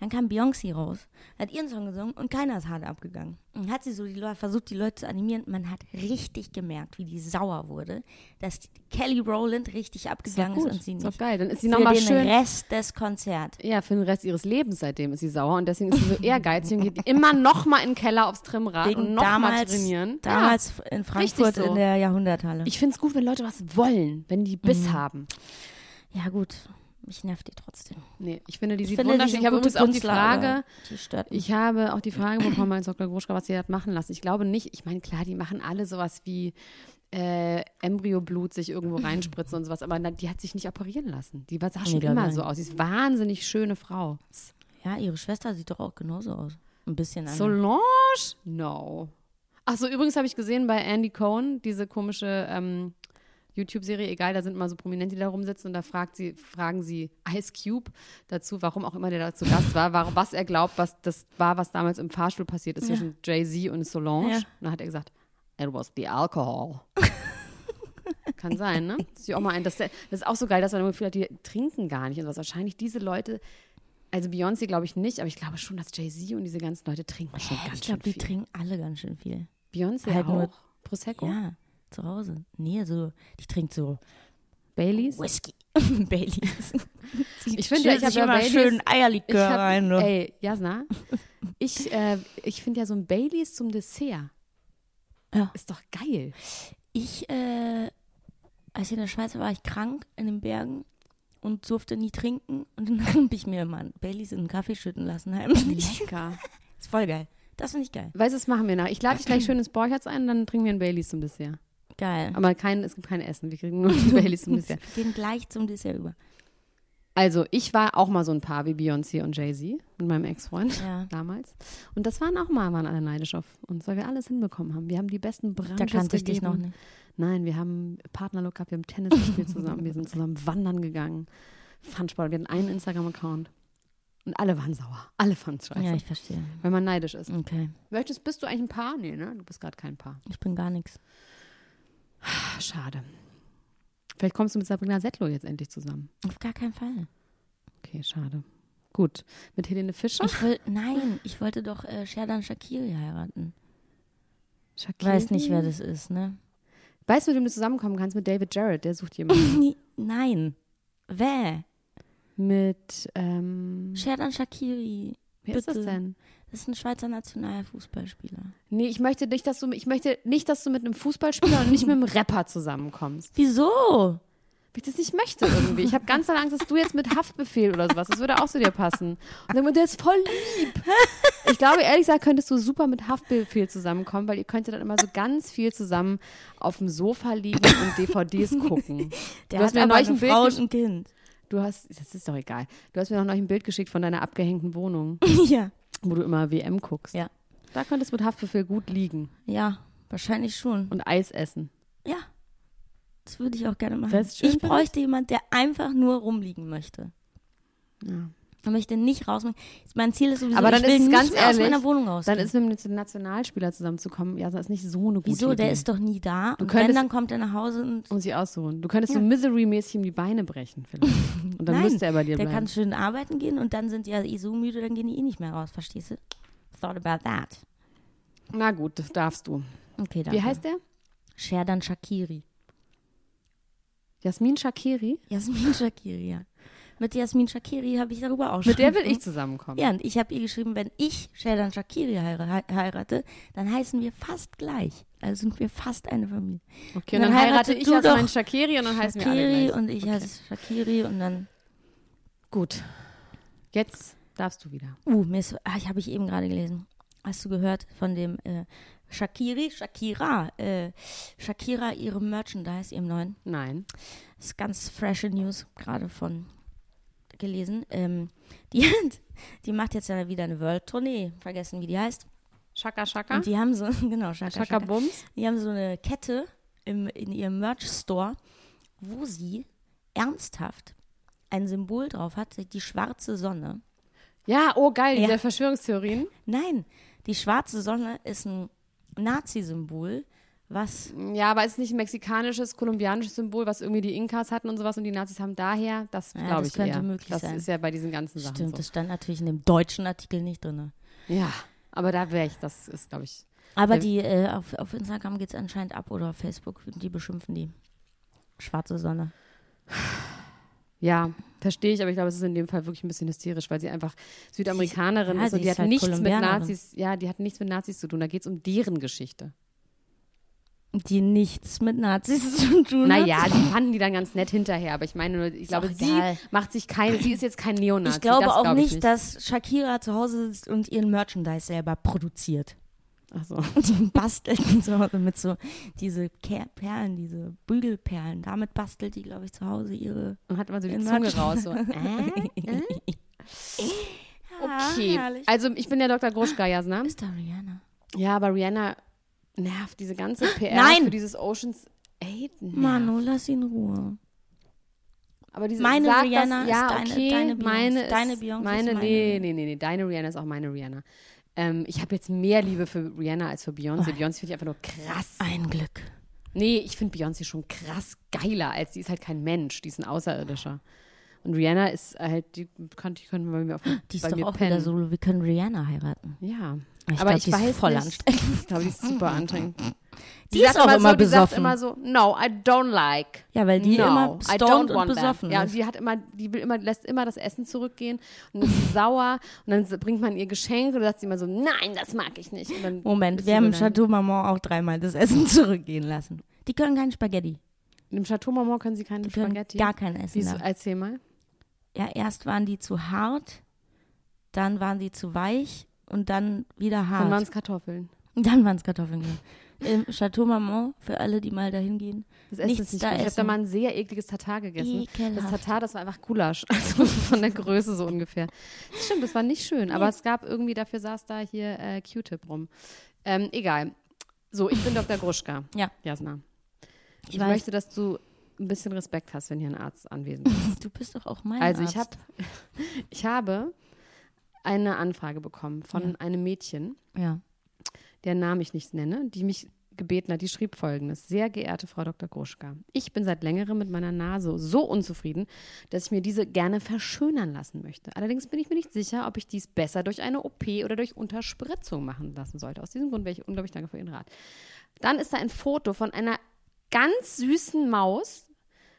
Speaker 3: Dann kam Beyoncé raus, hat ihren Song gesungen und keiner ist hart abgegangen. Und hat sie so die Leute, versucht, die Leute zu animieren. Man hat richtig gemerkt, wie die sauer wurde, dass die Kelly Rowland richtig abgegangen ist,
Speaker 1: Gut,
Speaker 3: und sie
Speaker 1: ist
Speaker 3: nicht.
Speaker 1: doch geil. Dann ist sie
Speaker 3: Für
Speaker 1: nochmal
Speaker 3: den
Speaker 1: schön
Speaker 3: Rest des Konzerts.
Speaker 1: Ja, für den Rest ihres Lebens seitdem ist sie sauer und deswegen ist sie so ehrgeizig und geht immer noch mal in den Keller aufs Trimmrad und
Speaker 3: Wegen
Speaker 1: noch
Speaker 3: damals,
Speaker 1: mal trainieren. ja.
Speaker 3: damals in Frankfurt
Speaker 1: so.
Speaker 3: in der Jahrhunderthalle.
Speaker 1: Ich find's gut, wenn Leute was wollen, wenn die Biss
Speaker 3: Mhm.
Speaker 1: haben.
Speaker 3: ja gut, mich nervt die trotzdem.
Speaker 1: Nee, ich finde, die sieht
Speaker 3: finde, die
Speaker 1: wunderschön.
Speaker 3: sind
Speaker 1: Ich habe
Speaker 3: gute
Speaker 1: übrigens auch die
Speaker 3: Künstler,
Speaker 1: Frage,
Speaker 3: aber Die stört mich.
Speaker 1: ich habe auch die Frage bekommen als Dr. Gruschka, was sie hat machen lassen. Ich glaube nicht, ich meine, klar, die machen alle sowas wie äh, Embryoblut sich irgendwo reinspritzen und sowas, aber na, die hat sich nicht operieren lassen. Die war- sah schon
Speaker 3: glaub
Speaker 1: immer
Speaker 3: nein.
Speaker 1: so aus. Sie ist wahnsinnig schöne Frau.
Speaker 3: Ja, ihre Schwester sieht doch auch genauso aus. Ein bisschen anders.
Speaker 1: Solange? No. Achso, übrigens habe ich gesehen bei Andy Cohen, diese komische ähm, YouTube-Serie, egal, da sind mal so Prominente, die da rumsitzen und da fragt sie, fragen sie Ice Cube dazu, warum auch immer der dazu Gast war, war, was er glaubt, was das war, was damals im Fahrstuhl passiert ist zwischen Jay-Z und Solange.
Speaker 3: Ja.
Speaker 1: Und da hat er gesagt, it was the alcohol. Kann sein, ne? Das ist ja auch mal ein, das, das ist auch so geil, dass man immer vielleicht die trinken gar nicht und was. Wahrscheinlich diese Leute, also Beyoncé glaube ich nicht, aber ich glaube schon, dass Jay-Z und diese ganzen Leute trinken schon
Speaker 3: Hä,
Speaker 1: ganz
Speaker 3: ich glaube, die
Speaker 1: schön viel.
Speaker 3: trinken alle ganz schön viel.
Speaker 1: Beyoncé
Speaker 3: halt
Speaker 1: auch.
Speaker 3: nur-
Speaker 1: Prosecco,
Speaker 3: Ja, zu Hause. Nee, so, die trinkt so
Speaker 1: Baileys.
Speaker 3: Whisky. [LAUGHS] Baileys.
Speaker 1: [LAUGHS] Ich finde, ja, ich habe ja Baileys. ich
Speaker 3: Eierlikör
Speaker 1: hab, Ey,
Speaker 3: [LAUGHS]
Speaker 1: Jasna, ich, äh, ich finde ja so ein Baileys zum Dessert.
Speaker 3: Ja.
Speaker 1: Ist doch geil.
Speaker 3: Ich, äh, als ich in der Schweiz war, war ich krank in den Bergen und durfte nie trinken. Und dann [LAUGHS] habe ich mir immer ein Baileys in einen Kaffee schütten lassen. Heimlich.
Speaker 1: Lecker.
Speaker 3: Ist voll geil. [LAUGHS] Das finde ich geil.
Speaker 1: [LAUGHS] Weißt du, das machen wir nach. Ich lade dich gleich schön ins Borchards ein und dann trinken wir ein Baileys zum Dessert.
Speaker 3: Geil.
Speaker 1: Aber kein, es gibt kein Essen, wir kriegen nur ein Baileys zum Dessert.
Speaker 3: Wir gehen gleich zum Dessert über.
Speaker 1: Also, ich war auch mal so ein Paar wie Beyoncé und Jay-Z mit meinem Ex-Freund
Speaker 3: Ja.
Speaker 1: damals. Und das waren auch mal, waren alle neidisch auf uns, weil wir alles hinbekommen haben. Wir haben die besten Branches
Speaker 3: Da kannte ich
Speaker 1: gegeben.
Speaker 3: dich noch nicht.
Speaker 1: Nein, wir haben Partnerlook gehabt, wir haben Tennis gespielt zusammen, wir sind zusammen wandern gegangen, Funsport, wir hatten einen Instagram-Account. Und alle waren sauer. Alle fanden es scheiße,
Speaker 3: Ja, ich verstehe.
Speaker 1: weil man neidisch ist.
Speaker 3: Okay.
Speaker 1: Möchtest, bist du eigentlich ein Paar? Nee, ne? Du bist gerade kein Paar.
Speaker 3: Ich bin gar nichts.
Speaker 1: Ach, Ah, schade. Vielleicht kommst du mit Sabrina Settlow jetzt endlich zusammen.
Speaker 3: Auf gar keinen Fall.
Speaker 1: Okay, schade. Gut. Mit Helene Fischer?
Speaker 3: Ich will, nein, ich wollte doch äh, Sherdan Shakiri heiraten.
Speaker 1: Shakira?
Speaker 3: Weiß nicht, wer das ist, ne?
Speaker 1: Weißt du, mit wem du zusammenkommen kannst? Mit David Jarrett, der sucht jemanden.
Speaker 3: [LAUGHS] nein. Wer?
Speaker 1: [LAUGHS] mit, ähm,
Speaker 3: Sherdan Shakiri.
Speaker 1: wer ist das
Speaker 3: Bitte.
Speaker 1: denn?
Speaker 3: Das ist ein Schweizer Nationalfußballspieler.
Speaker 1: Nee, ich möchte nicht, dass du, ich möchte nicht, dass du mit einem Fußballspieler und nicht [LAUGHS] mit einem Rapper zusammenkommst.
Speaker 3: Wieso?
Speaker 1: Weil ich das nicht möchte irgendwie. Ich habe ganz doll Angst, dass du jetzt mit Haftbefehl oder sowas, das würde auch zu dir passen. Und dann, der ist voll lieb. Ich glaube, ehrlich gesagt, könntest du super mit Haftbefehl zusammenkommen, weil ihr könntet dann immer so ganz viel zusammen auf dem Sofa liegen und DVDs gucken.
Speaker 3: Der
Speaker 1: Du hast
Speaker 3: hat
Speaker 1: mir
Speaker 3: aber
Speaker 1: neulich
Speaker 3: eine
Speaker 1: ein Bild
Speaker 3: Frau
Speaker 1: gesch-
Speaker 3: und ein Kind.
Speaker 1: Du hast, das ist doch egal. Du hast mir noch neulich ein Bild geschickt von deiner abgehängten Wohnung,
Speaker 3: [LAUGHS] ja.
Speaker 1: wo du immer WM guckst.
Speaker 3: Ja.
Speaker 1: Da könnte es mit Haftbefehl gut liegen
Speaker 3: Ja, wahrscheinlich schon.
Speaker 1: und Eis essen.
Speaker 3: Ja. Das würde ich auch gerne machen.
Speaker 1: Wär's schön
Speaker 3: ich
Speaker 1: für
Speaker 3: bräuchte jemand, der einfach nur rumliegen möchte.
Speaker 1: Ja.
Speaker 3: Ich möchte nicht raus. Mein Ziel ist sowieso,
Speaker 1: Aber dann
Speaker 3: ich will
Speaker 1: ist es
Speaker 3: nicht
Speaker 1: ganz
Speaker 3: mehr aus
Speaker 1: ehrlich,
Speaker 3: meiner Wohnung raus.
Speaker 1: Dann ist mit einem Nationalspieler zusammenzukommen, ja, das ist nicht so eine gute
Speaker 3: Wieso?
Speaker 1: Idee.
Speaker 3: Der ist doch nie da. und wenn,
Speaker 1: könntest-
Speaker 3: dann kommt er nach Hause und
Speaker 1: um sie auszuholen. Du könntest so Misery-mäßig ihm die Beine brechen,
Speaker 3: [LAUGHS]
Speaker 1: vielleicht. Und dann
Speaker 3: Nein,
Speaker 1: müsste er bei dir
Speaker 3: der
Speaker 1: bleiben.
Speaker 3: kann schön arbeiten gehen und dann sind die ja eh so müde, dann gehen die eh nicht mehr raus. Verstehst du? Thought about that.
Speaker 1: Na gut, das darfst du.
Speaker 3: Okay, danke.
Speaker 1: Wie heißt der?
Speaker 3: Sherdan Shakiri.
Speaker 1: Jasmin Shakiri?
Speaker 3: Jasmin Shakiri, ja. Mit Jasmin Shakiri habe ich darüber auch schon.
Speaker 1: Mit der will ich zusammenkommen.
Speaker 3: Ja, und ich habe ihr geschrieben, wenn ich Sherdan Shakiri heira- hei- heirate, dann heißen wir fast gleich. Also sind wir fast eine Familie.
Speaker 1: Okay, und dann, heirate ich
Speaker 3: du
Speaker 1: erst
Speaker 3: doch
Speaker 1: meinen Shakiri und dann heißen wir alle
Speaker 3: Shakiri
Speaker 1: gleich.
Speaker 3: und ich heiße Shakiri und dann
Speaker 1: Gut. Jetzt darfst du wieder.
Speaker 3: Uh, mir ist, ah, ich habe ich eben gerade gelesen. Hast du gehört von dem äh, Shakiri, Shakira, äh, Shakira ihrem Merchandise, ihrem neuen?
Speaker 1: Nein.
Speaker 3: ist ganz frische News gerade von gelesen. Ähm, die, [LAUGHS] hat- die macht jetzt ja wieder eine World-Tournee, vergessen wie die heißt.
Speaker 1: Shaka Shaka.
Speaker 3: Und die haben so, [LAUGHS] genau, Shaka,
Speaker 1: Shaka
Speaker 3: Shaka,
Speaker 1: Bums.
Speaker 3: die haben so eine Kette im, in ihrem Merch-Store, wo sie ernsthaft ein Symbol drauf hat, die schwarze Sonne.
Speaker 1: Ja, oh geil,
Speaker 3: Ja.
Speaker 1: diese Verschwörungstheorien.
Speaker 3: Nein, die schwarze Sonne ist ein Nazi-Symbol, was.
Speaker 1: Ja, aber es ist nicht ein mexikanisches, kolumbianisches Symbol, was irgendwie die Inkas hatten und sowas und die Nazis haben daher, das
Speaker 3: Ja,
Speaker 1: glaube
Speaker 3: das
Speaker 1: ich
Speaker 3: könnte
Speaker 1: eher.
Speaker 3: möglich
Speaker 1: das
Speaker 3: sein.
Speaker 1: ist ja bei diesen ganzen Sachen
Speaker 3: Stimmt,
Speaker 1: so.
Speaker 3: das stand natürlich in dem deutschen Artikel nicht drin.
Speaker 1: Ja, aber da wäre ich, das ist glaube ich.
Speaker 3: Aber
Speaker 1: Ja.
Speaker 3: die äh, auf, auf Instagram geht es anscheinend ab oder auf Facebook, die beschimpfen die schwarze Sonne.
Speaker 1: Ja, verstehe ich, aber ich glaube, es ist in dem Fall wirklich ein bisschen hysterisch, weil sie einfach Südamerikanerin
Speaker 3: Ja,
Speaker 1: ist
Speaker 3: sie
Speaker 1: und die
Speaker 3: ist
Speaker 1: hat
Speaker 3: halt
Speaker 1: nichts mit
Speaker 3: Kolumbianerin.
Speaker 1: Nazis, ja, die hat nichts mit Nazis zu tun, da geht es um deren Geschichte.
Speaker 3: Die nichts mit Nazis [LAUGHS] zu tun hat.
Speaker 1: Naja, die fanden die dann ganz nett hinterher, aber ich meine nur, ich glaube,
Speaker 3: auch
Speaker 1: sie
Speaker 3: egal.
Speaker 1: macht sich keine, sie ist jetzt kein Neonazi.
Speaker 3: ich glaube
Speaker 1: das
Speaker 3: auch
Speaker 1: glaube ich
Speaker 3: nicht, dass Shakira zu Hause sitzt und ihren Merchandise selber produziert. [LAUGHS]
Speaker 1: Ach so.
Speaker 3: Die bastelt die zu Hause mit so diese Ker- Perlen, diese Bügelperlen. Damit bastelt die, glaube ich, zu Hause ihre
Speaker 1: Und hat immer so die
Speaker 3: In
Speaker 1: Zunge
Speaker 3: Matsch.
Speaker 1: raus.
Speaker 3: [LAUGHS]
Speaker 1: So. äh, Okay.
Speaker 3: Ah, herrlich.
Speaker 1: also ich bin der Dr. Groschka, Jasna.
Speaker 3: Ist da Rihanna?
Speaker 1: ne? Ja, aber Rihanna nervt diese ganze PR
Speaker 3: Nein!
Speaker 1: für dieses Oceans 8. nervt.
Speaker 3: Manu, lass ihn in Ruhe.
Speaker 1: Aber diese
Speaker 3: Meine
Speaker 1: sag
Speaker 3: Rihanna
Speaker 1: das,
Speaker 3: ist
Speaker 1: ja,
Speaker 3: deine-
Speaker 1: okay,
Speaker 3: deine Beyoncé.
Speaker 1: meine ist
Speaker 3: Deine Beyoncé
Speaker 1: meine,
Speaker 3: ist meine
Speaker 1: nee,
Speaker 3: Rihanna.
Speaker 1: nee, nee, nee, deine Rihanna ist auch meine Rihanna. Ähm, ich habe jetzt mehr Liebe für Rihanna als für
Speaker 3: Oh.
Speaker 1: Beyoncé. Beyoncé finde ich einfach nur krass.
Speaker 3: Ein Glück.
Speaker 1: Nee, ich finde Beyoncé schon krass geiler, als die ist halt kein Mensch, die ist ein Außerirdischer. Und Rihanna ist halt, die, kann, die können bei mir auf
Speaker 3: Die ist
Speaker 1: bei
Speaker 3: doch
Speaker 1: mir
Speaker 3: auch
Speaker 1: pennen.
Speaker 3: wieder so, wir können Rihanna heiraten.
Speaker 1: Ja.
Speaker 3: Ich
Speaker 1: aber
Speaker 3: glaub,
Speaker 1: ich
Speaker 3: die ist
Speaker 1: weiß
Speaker 3: voll
Speaker 1: nicht.
Speaker 3: anstrengend.
Speaker 1: Ich glaube, die ist
Speaker 3: [LAUGHS]
Speaker 1: super anstrengend.
Speaker 3: Die ist auch immer
Speaker 1: so, Die sagt
Speaker 3: besoffen.
Speaker 1: immer so, no, I don't like.
Speaker 3: Ja, weil die
Speaker 1: no,
Speaker 3: immer
Speaker 1: I
Speaker 3: stoned
Speaker 1: don't
Speaker 3: und
Speaker 1: want
Speaker 3: besoffen
Speaker 1: that. Ja,
Speaker 3: ist.
Speaker 1: und die hat immer, die will immer, lässt immer das Essen zurückgehen und dann ist sie sauer und dann bringt man ihr Geschenk und dann sagt sie immer so, nein, das mag ich nicht. Und dann
Speaker 3: Moment,
Speaker 1: ist
Speaker 3: wir
Speaker 1: sie
Speaker 3: haben im
Speaker 1: wieder-
Speaker 3: Chateau Maman auch dreimal das Essen [LAUGHS] zurückgehen lassen. Die können kein Spaghetti.
Speaker 1: Im Chateau Maman können sie keine
Speaker 3: Die können
Speaker 1: Spaghetti.
Speaker 3: gar kein Essen.
Speaker 1: Wieso,
Speaker 3: Lassen.
Speaker 1: erzähl mal.
Speaker 3: Ja, erst waren die zu hart, dann waren die zu weich und dann wieder hart.
Speaker 1: Dann waren es Kartoffeln.
Speaker 3: [LAUGHS] Dann waren es Kartoffeln. ja. Im Chateau Maman, für alle, die mal dahin gehen.
Speaker 1: Das Essen
Speaker 3: Nichts
Speaker 1: ist nicht
Speaker 3: da
Speaker 1: gut. Ich habe
Speaker 3: essen.
Speaker 1: da mal ein sehr ekliges Tatar gegessen. Das
Speaker 3: Ekelhaft.
Speaker 1: Tatar, das war einfach Gulasch. [LAUGHS] Also von der Größe so ungefähr. Das stimmt, das war nicht schön. Aber es gab irgendwie, dafür saß da hier äh, Q-Tip rum. Ähm, egal. So, ich bin Dr. Gruschka.
Speaker 3: Ja.
Speaker 1: Jasna. Ich,
Speaker 3: weiß.
Speaker 1: möchte, dass du ein bisschen Respekt hast, wenn hier ein Arzt anwesend ist.
Speaker 3: [LAUGHS] Du bist doch auch mein
Speaker 1: Also
Speaker 3: Arzt.
Speaker 1: ich, hab, [LAUGHS] ich habe eine Anfrage bekommen von einem Mädchen,
Speaker 3: Ja.
Speaker 1: deren Namen ich nicht nenne, die mich gebeten hat, die schrieb folgendes. Sehr geehrte Frau Dr. Groschka, ich bin seit längerem mit meiner Nase so unzufrieden, dass ich mir diese gerne verschönern lassen möchte. Allerdings bin ich mir nicht sicher, ob ich dies besser durch eine OP oder durch Unterspritzung machen lassen sollte. Aus diesem Grund wäre ich unglaublich dankbar für Ihren Rat. Dann ist da ein Foto von einer ganz süßen Maus,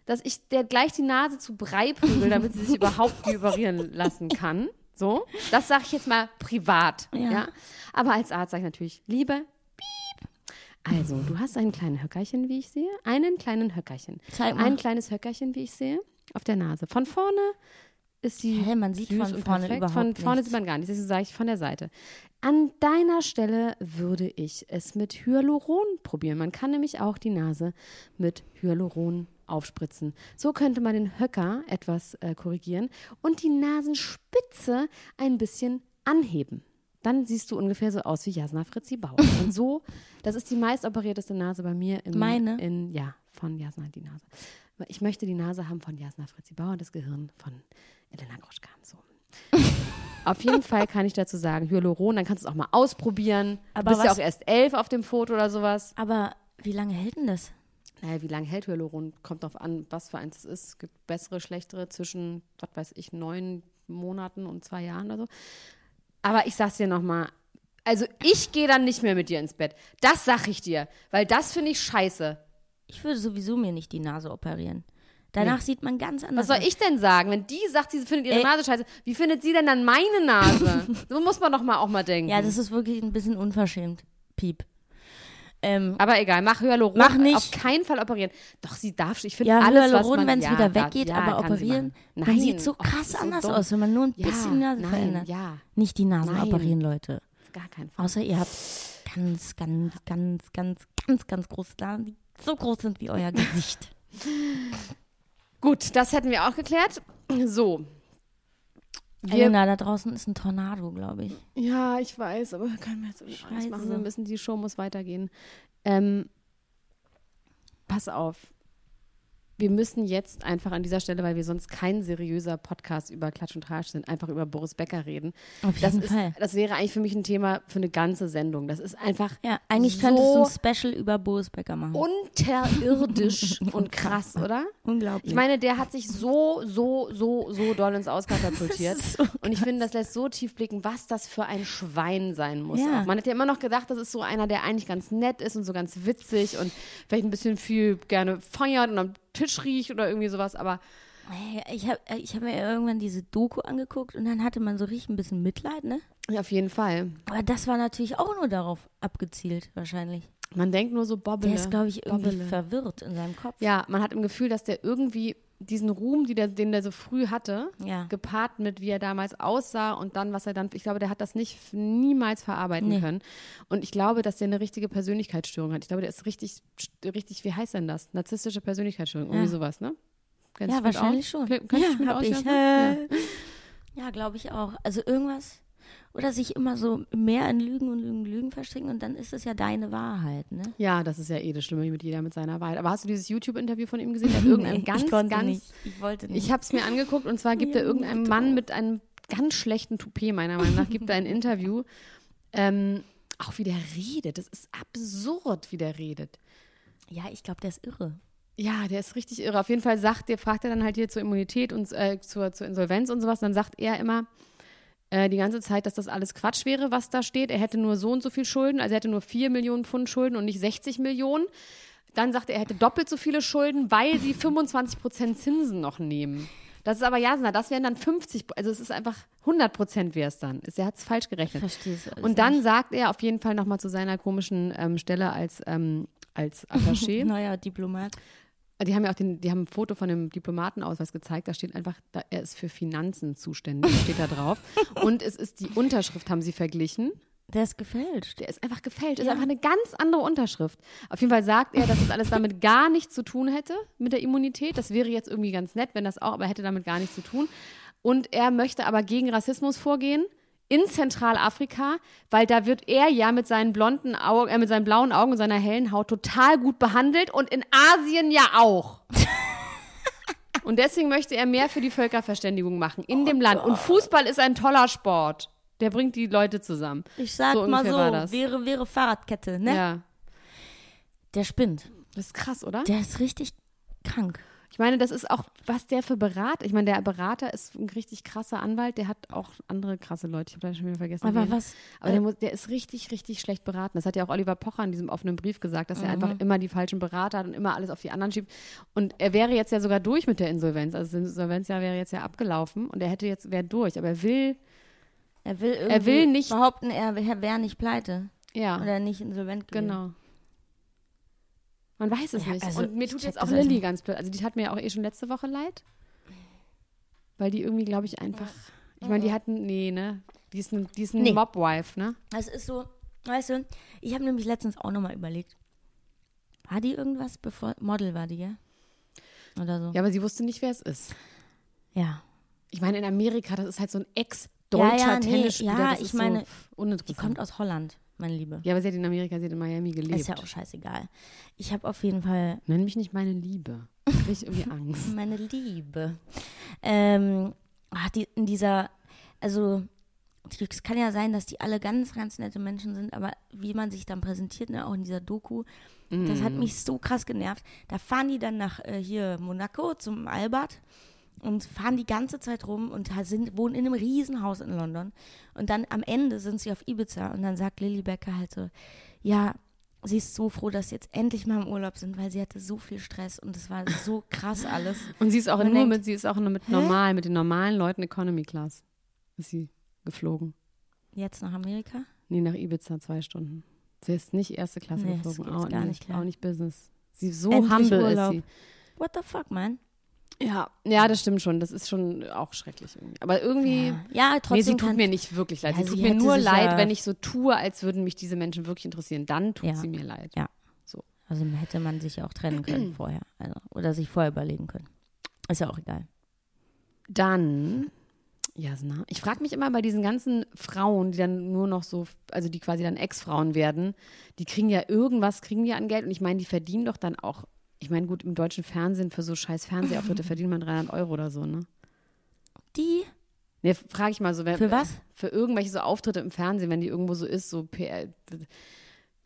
Speaker 1: dass ich der gleich die Nase zu Brei prügel, damit
Speaker 3: [LAUGHS]
Speaker 1: sie sich überhaupt vibrieren lassen kann. So, das sage ich jetzt mal privat. Ja.
Speaker 3: Ja.
Speaker 1: Aber als Arzt sage ich natürlich, liebe Piep. also, du hast einen kleinen Höckerchen, wie ich sehe. Einen kleinen Höckerchen.
Speaker 3: Zeig mal.
Speaker 1: Ein kleines Höckerchen, wie ich sehe, auf der Nase. Von vorne ist die
Speaker 3: Hä, man sieht
Speaker 1: süß
Speaker 3: von
Speaker 1: und
Speaker 3: vorne
Speaker 1: perfekt.
Speaker 3: überhaupt
Speaker 1: Von vorne
Speaker 3: nichts.
Speaker 1: sieht man gar nichts, deswegen sage ich von der Seite. An deiner Stelle würde ich es mit Hyaluron probieren. Man kann nämlich auch die Nase mit Hyaluron aufspritzen. So könnte man den Höcker etwas äh, korrigieren und die Nasenspitze ein bisschen anheben. Dann siehst du ungefähr so aus wie Jasna Fritzi Bauer. Und so, das ist die meistoperierteste Nase bei mir. Im,
Speaker 3: Meine?
Speaker 1: In, ja, von Jasna die Nase. Ich möchte die Nase haben von Jasna Fritzi Bauer und das Gehirn von Elena Groschkan. So. Auf jeden Fall kann ich dazu sagen, Hyaluron, dann kannst du es auch mal ausprobieren. Du
Speaker 3: Aber
Speaker 1: bist ja
Speaker 3: was-
Speaker 1: auch erst elf auf dem Foto oder sowas.
Speaker 3: Aber wie lange hält denn das?
Speaker 1: Naja, wie lange hält Hyaluron? Kommt drauf an, was für eins es ist. Es gibt bessere, schlechtere zwischen, was weiß ich, neun Monaten und zwei Jahren oder so. Aber ich sag's dir nochmal. Also ich gehe dann nicht mehr mit dir ins Bett. Das sag ich dir. Weil das finde ich scheiße.
Speaker 3: Ich würde sowieso mir nicht die Nase operieren. Danach sieht man ganz
Speaker 1: Was
Speaker 3: anders
Speaker 1: soll ich denn sagen? Wenn die sagt, sie findet ihre
Speaker 3: Ey.
Speaker 1: Nase scheiße, wie findet sie denn dann meine Nase?
Speaker 3: [LAUGHS]
Speaker 1: so muss man doch mal auch mal denken.
Speaker 3: Ja, das ist wirklich ein bisschen unverschämt. Piep. Ähm,
Speaker 1: aber egal, mach Hyaluron.
Speaker 3: Mach nicht.
Speaker 1: Auf keinen Fall operieren. Doch, sie darf, ich finde
Speaker 3: ja,
Speaker 1: alles, was
Speaker 3: Hyaluron,
Speaker 1: man...
Speaker 3: wenn es
Speaker 1: ja,
Speaker 3: wieder
Speaker 1: darf-
Speaker 3: weggeht,
Speaker 1: ja,
Speaker 3: aber
Speaker 1: kann sie
Speaker 3: operieren,
Speaker 1: machen.
Speaker 3: man
Speaker 1: Nein.
Speaker 3: sieht so
Speaker 1: Och, das
Speaker 3: krass
Speaker 1: ist so
Speaker 3: anders
Speaker 1: dumm.
Speaker 3: aus, wenn man nur ein
Speaker 1: Ja,
Speaker 3: bisschen die Nase
Speaker 1: nein,
Speaker 3: verändert.
Speaker 1: ja.
Speaker 3: Nicht die Nase
Speaker 1: Nein.
Speaker 3: operieren, Leute.
Speaker 1: Auf Gar keinen Fall.
Speaker 3: Außer ihr habt ganz, ganz, ganz, ganz, ganz, ganz große Nasen, die so groß sind wie
Speaker 1: [LAUGHS]
Speaker 3: euer Gesicht.
Speaker 1: Gut, das hätten wir auch geklärt. So.
Speaker 3: Elena, da draußen ist ein Tornado, glaube ich.
Speaker 1: ja, ich weiß, aber [LAUGHS] können wir jetzt irgendwie Scheiße.
Speaker 3: Scheiße.
Speaker 1: machen. Wir müssen, die Show muss weitergehen. Ähm, pass auf. Wir müssen jetzt einfach an dieser Stelle, weil wir sonst kein seriöser Podcast über Klatsch und Tratsch sind, einfach über Boris Becker reden.
Speaker 3: Auf
Speaker 1: Das,
Speaker 3: jeden
Speaker 1: ist,
Speaker 3: Fall.
Speaker 1: das wäre eigentlich für mich ein Thema für eine ganze Sendung. Das ist einfach
Speaker 3: Ja, eigentlich
Speaker 1: so
Speaker 3: könntest du ein Special über Boris Becker machen. [LAUGHS]
Speaker 1: unterirdisch und krass, oder?
Speaker 3: Unglaublich.
Speaker 1: Ich meine, der hat sich so, so, so, so doll ins
Speaker 3: [LAUGHS]
Speaker 1: Auskatapultiert. und ich finde, das lässt so tief blicken, was das für ein Schwein sein muss.
Speaker 3: Ja.
Speaker 1: Auch. Man hat ja immer noch gedacht, das ist so einer, der eigentlich ganz nett ist und so ganz witzig und vielleicht ein bisschen viel gerne feiert und am Tisch riecht oder irgendwie sowas. Aber
Speaker 3: Hey, Äh, ich habe ich hab mir irgendwann diese Doku angeguckt und dann hatte man so richtig ein bisschen Mitleid, ne?
Speaker 1: auf jeden Fall.
Speaker 3: Aber das war natürlich auch nur darauf abgezielt, wahrscheinlich.
Speaker 1: Man denkt nur so, Bobbele.
Speaker 3: Der ist, glaube ich, irgendwie
Speaker 1: Bobbele.
Speaker 3: verwirrt in seinem Kopf.
Speaker 1: Ja, man hat im Gefühl, dass der irgendwie diesen Ruhm, die der, den der so früh hatte,
Speaker 3: Ja.
Speaker 1: gepaart mit, wie er damals aussah und dann, was er dann, ich glaube, der hat das nicht niemals verarbeiten
Speaker 3: Nee.
Speaker 1: können. Und ich glaube, dass der eine richtige Persönlichkeitsstörung hat. Ich glaube, der ist richtig, richtig, wie heißt denn das? Narzisstische Persönlichkeitsstörung, irgendwie
Speaker 3: Ja.
Speaker 1: sowas, ne? Kennst
Speaker 3: Ja,
Speaker 1: du mit
Speaker 3: wahreinlich
Speaker 1: aus?
Speaker 3: schon.
Speaker 1: Kle- Kennst du dich mit
Speaker 3: hab
Speaker 1: aus,
Speaker 3: ich.
Speaker 1: Jasna?
Speaker 3: Äh, Ja, glaube ich auch. Also irgendwas. Oder sich immer so mehr in Lügen und Lügen, Lügen verstricken und dann ist es ja deine Wahrheit, ne?
Speaker 1: Ja, das ist ja eh das Schlimme mit jeder mit seiner Wahrheit. Aber hast du dieses YouTube-Interview von ihm
Speaker 3: [LAUGHS]
Speaker 1: gesehen? Der hat irgendein ganz,
Speaker 3: ich konnte
Speaker 1: ganz
Speaker 3: nicht. Ich wollte nicht.
Speaker 1: Ich habe es mir angeguckt und zwar gibt er irgendeinem Mann mit einem ganz schlechten Toupet, meiner Meinung nach, gibt er
Speaker 3: [LAUGHS]
Speaker 1: ein Interview. Ähm, auch wie der redet. Das ist absurd, wie der redet.
Speaker 3: ja, ich glaube, der ist irre.
Speaker 1: Ja, der ist richtig irre. Auf jeden Fall sagt der, fragt er dann halt hier zur Immunität und äh, zur, zur Insolvenz und sowas. Und dann sagt er immer äh, die ganze Zeit, dass das alles Quatsch wäre, was da steht. Er hätte nur so und so viel Schulden, also er hätte nur 4 Millionen Pfund Schulden und nicht 60 Millionen. Dann sagt er, er hätte doppelt so viele Schulden, weil sie 25 Prozent Zinsen noch nehmen. Das ist aber Jasna, das wären dann 50, Pro- also es ist einfach 100 Prozent wäre es dann. Er hat es falsch gerechnet.
Speaker 3: Verstehst du?
Speaker 1: Und dann sagt er auf jeden Fall nochmal zu seiner komischen ähm, Stelle als, ähm, als
Speaker 3: [LAUGHS]
Speaker 1: Attaché.
Speaker 3: Neuer Diplomat.
Speaker 1: Die haben ja auch den, die haben ein Foto von dem Diplomatenausweis gezeigt. Da steht einfach, da, er ist für Finanzen zuständig, steht da drauf. Und es ist die Unterschrift, haben sie verglichen.
Speaker 3: Der ist gefälscht.
Speaker 1: Der ist einfach gefälscht. Ist einfach eine ganz andere Unterschrift. Auf jeden Fall sagt er, dass das alles damit gar nichts zu tun hätte, mit der Immunität. Das wäre jetzt irgendwie ganz nett, wenn das auch, aber hätte damit gar nichts zu tun. Und er möchte aber gegen Rassismus vorgehen in Zentralafrika, weil da wird er ja mit seinen blonden Augen, äh, mit seinen blauen Augen und seiner hellen Haut total gut behandelt und in Asien ja auch. Und deswegen möchte er mehr für die Völkerverständigung machen
Speaker 3: Oh
Speaker 1: in dem Land. Und Fußball ist ein toller Sport. Der bringt die Leute zusammen.
Speaker 3: Ich sag mal
Speaker 1: ungefähr war das.
Speaker 3: so, wäre, wäre Fahrradkette, ne?
Speaker 1: Ja.
Speaker 3: Der spinnt.
Speaker 1: Das ist krass, oder?
Speaker 3: Der ist richtig krank.
Speaker 1: Ich meine, das ist auch, was der für Berater. Ich meine, der Berater ist ein richtig krasser Anwalt, der hat auch andere krasse Leute. Ich habe leider schon wieder vergessen.
Speaker 3: Aber
Speaker 1: wen.
Speaker 3: was- äh
Speaker 1: Aber der, muss, der ist richtig, richtig schlecht beraten. Das hat ja auch Oliver Pocher in diesem offenen Brief gesagt, dass er einfach immer die falschen Berater hat und immer alles auf die anderen schiebt. Und er wäre jetzt ja sogar durch mit der Insolvenz. Also das Insolvenzjahr wäre jetzt ja abgelaufen und er hätte jetzt, wäre durch. Aber er will,
Speaker 3: Er will irgendwie
Speaker 1: will nicht-
Speaker 3: behaupten, er wär- wäre nicht pleite
Speaker 1: ja,
Speaker 3: oder nicht insolvent gewesen.
Speaker 1: genau. Man weiß es
Speaker 3: Ja,
Speaker 1: nicht.
Speaker 3: also
Speaker 1: und mir
Speaker 3: ich
Speaker 1: tut
Speaker 3: check
Speaker 1: jetzt
Speaker 3: das
Speaker 1: auch
Speaker 3: alles
Speaker 1: Lilly
Speaker 3: nicht.
Speaker 1: ganz blöd. Also die hat mir ja auch eh schon letzte Woche leid. Weil die irgendwie, glaube ich, einfach. Ich meine, die hatten. Nee, ne? Die ist ein, die ist ein
Speaker 3: oh. Nee.
Speaker 1: Mobwife, ne?
Speaker 3: Es ist so, weißt du, ich habe nämlich letztens auch nochmal überlegt. War die irgendwas bevor Model war die, ja? oder so.
Speaker 1: Ja, aber sie wusste nicht, wer es ist.
Speaker 3: Ja.
Speaker 1: Ich meine, in Amerika, das ist halt so ein Ex-deutscher
Speaker 3: Ja, ja, nee,
Speaker 1: Tennisspieler.
Speaker 3: ja,
Speaker 1: das ist
Speaker 3: ich meine,
Speaker 1: so
Speaker 3: Die
Speaker 1: uninteressant.
Speaker 3: kommt aus Holland, meine Liebe.
Speaker 1: ja, aber sie hat in Amerika, sie hat in Miami gelebt.
Speaker 3: Ist ja auch scheißegal. Ich habe auf jeden Fall
Speaker 1: Nenn mich nicht meine Liebe. Krieg ich
Speaker 3: [LAUGHS]
Speaker 1: irgendwie Angst.
Speaker 3: meine Liebe. Ähm, ach, die, in dieser, also die- es kann ja sein, dass die alle ganz, ganz nette Menschen sind, aber wie man sich dann präsentiert, ne, auch in dieser Doku, das hat mich so krass genervt. Da fahren die dann nach äh, hier Monaco zum Albert und fahren die ganze Zeit rum und ha- sind, wohnen in einem Riesenhaus in London. Und dann am Ende sind sie auf Ibiza und dann sagt Lilly Becker halt so, ja, sie ist so froh, dass sie jetzt endlich mal im Urlaub sind, weil sie hatte so viel Stress und es war so krass alles.
Speaker 1: Und sie ist auch
Speaker 3: Man
Speaker 1: nur
Speaker 3: denkt,
Speaker 1: mit, sie ist auch nur mit normal, mit den normalen Leuten Economy Class. Ist sie geflogen.
Speaker 3: Jetzt nach Amerika?
Speaker 1: Nee, nach Ibiza zwei Stunden. Sie ist nicht erste Klasse
Speaker 3: Nee, das
Speaker 1: geflogen.
Speaker 3: geht
Speaker 1: auch,
Speaker 3: gar
Speaker 1: nicht,
Speaker 3: nicht klar.
Speaker 1: auch nicht Business. Sie so
Speaker 3: Endlich
Speaker 1: humble
Speaker 3: Urlaub.
Speaker 1: ist
Speaker 3: What the fuck, man?
Speaker 1: sie. Ja, ja, das stimmt schon. Das ist schon auch schrecklich irgendwie. Aber irgendwie. Nee,
Speaker 3: Ja,
Speaker 1: sie
Speaker 3: trotzdem
Speaker 1: tut
Speaker 3: kann,
Speaker 1: mir nicht wirklich leid. sie
Speaker 3: Ja, sie
Speaker 1: tut mir
Speaker 3: hätte
Speaker 1: nur
Speaker 3: sich
Speaker 1: leid,
Speaker 3: ja-
Speaker 1: wenn ich so tue, als würden mich diese Menschen wirklich interessieren. Dann tut
Speaker 3: Ja.
Speaker 1: sie mir leid.
Speaker 3: Ja. Also hätte man sich ja auch
Speaker 1: [CLEARS THROAT]
Speaker 3: trennen können vorher. Also, oder sich vorher überlegen können. Ist ja auch egal.
Speaker 1: Dann, Jasna, ich frage mich immer bei diesen ganzen Frauen, die dann nur noch so, also die quasi dann Ex-Frauen werden, die kriegen ja irgendwas, kriegen die an Geld. Und ich meine, die verdienen doch dann auch, ich meine, gut, im deutschen Fernsehen für so scheiß
Speaker 3: [LAUGHS]
Speaker 1: Fernsehauftritte verdient man 300 Euro oder so, ne?
Speaker 3: Die?
Speaker 1: Ne, frage ich mal so. Wer,
Speaker 3: Für was?
Speaker 1: Für irgendwelche so Auftritte im Fernsehen, wenn die irgendwo so ist, so PR.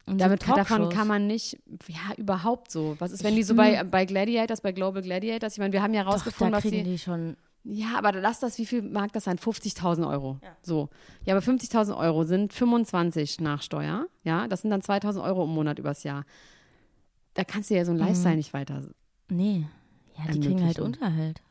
Speaker 3: Und
Speaker 1: Damit
Speaker 3: so
Speaker 1: kann, davon
Speaker 3: Talkshows.
Speaker 1: kann man nicht, ja, überhaupt so. Was ist, wenn die so bei, bei Gladiators, bei Global Gladiators, ich meine, wir haben ja
Speaker 3: Doch,
Speaker 1: rausgefunden,
Speaker 3: da
Speaker 1: was die.
Speaker 3: kriegen die schon.
Speaker 1: Ja, aber lass das, wie viel mag das sein? 50.000 Euro. So. Ja, aber 50.000 Euro sind 25 nach Steuer. Ja, das sind dann 2.000 Euro im Monat übers Jahr. Da kannst du ja so
Speaker 3: Mhm.
Speaker 1: ein Lifestyle nicht weiter.
Speaker 3: Nee. Ja, die kriegen halt
Speaker 1: Ermöglichen.
Speaker 3: Unterhalt.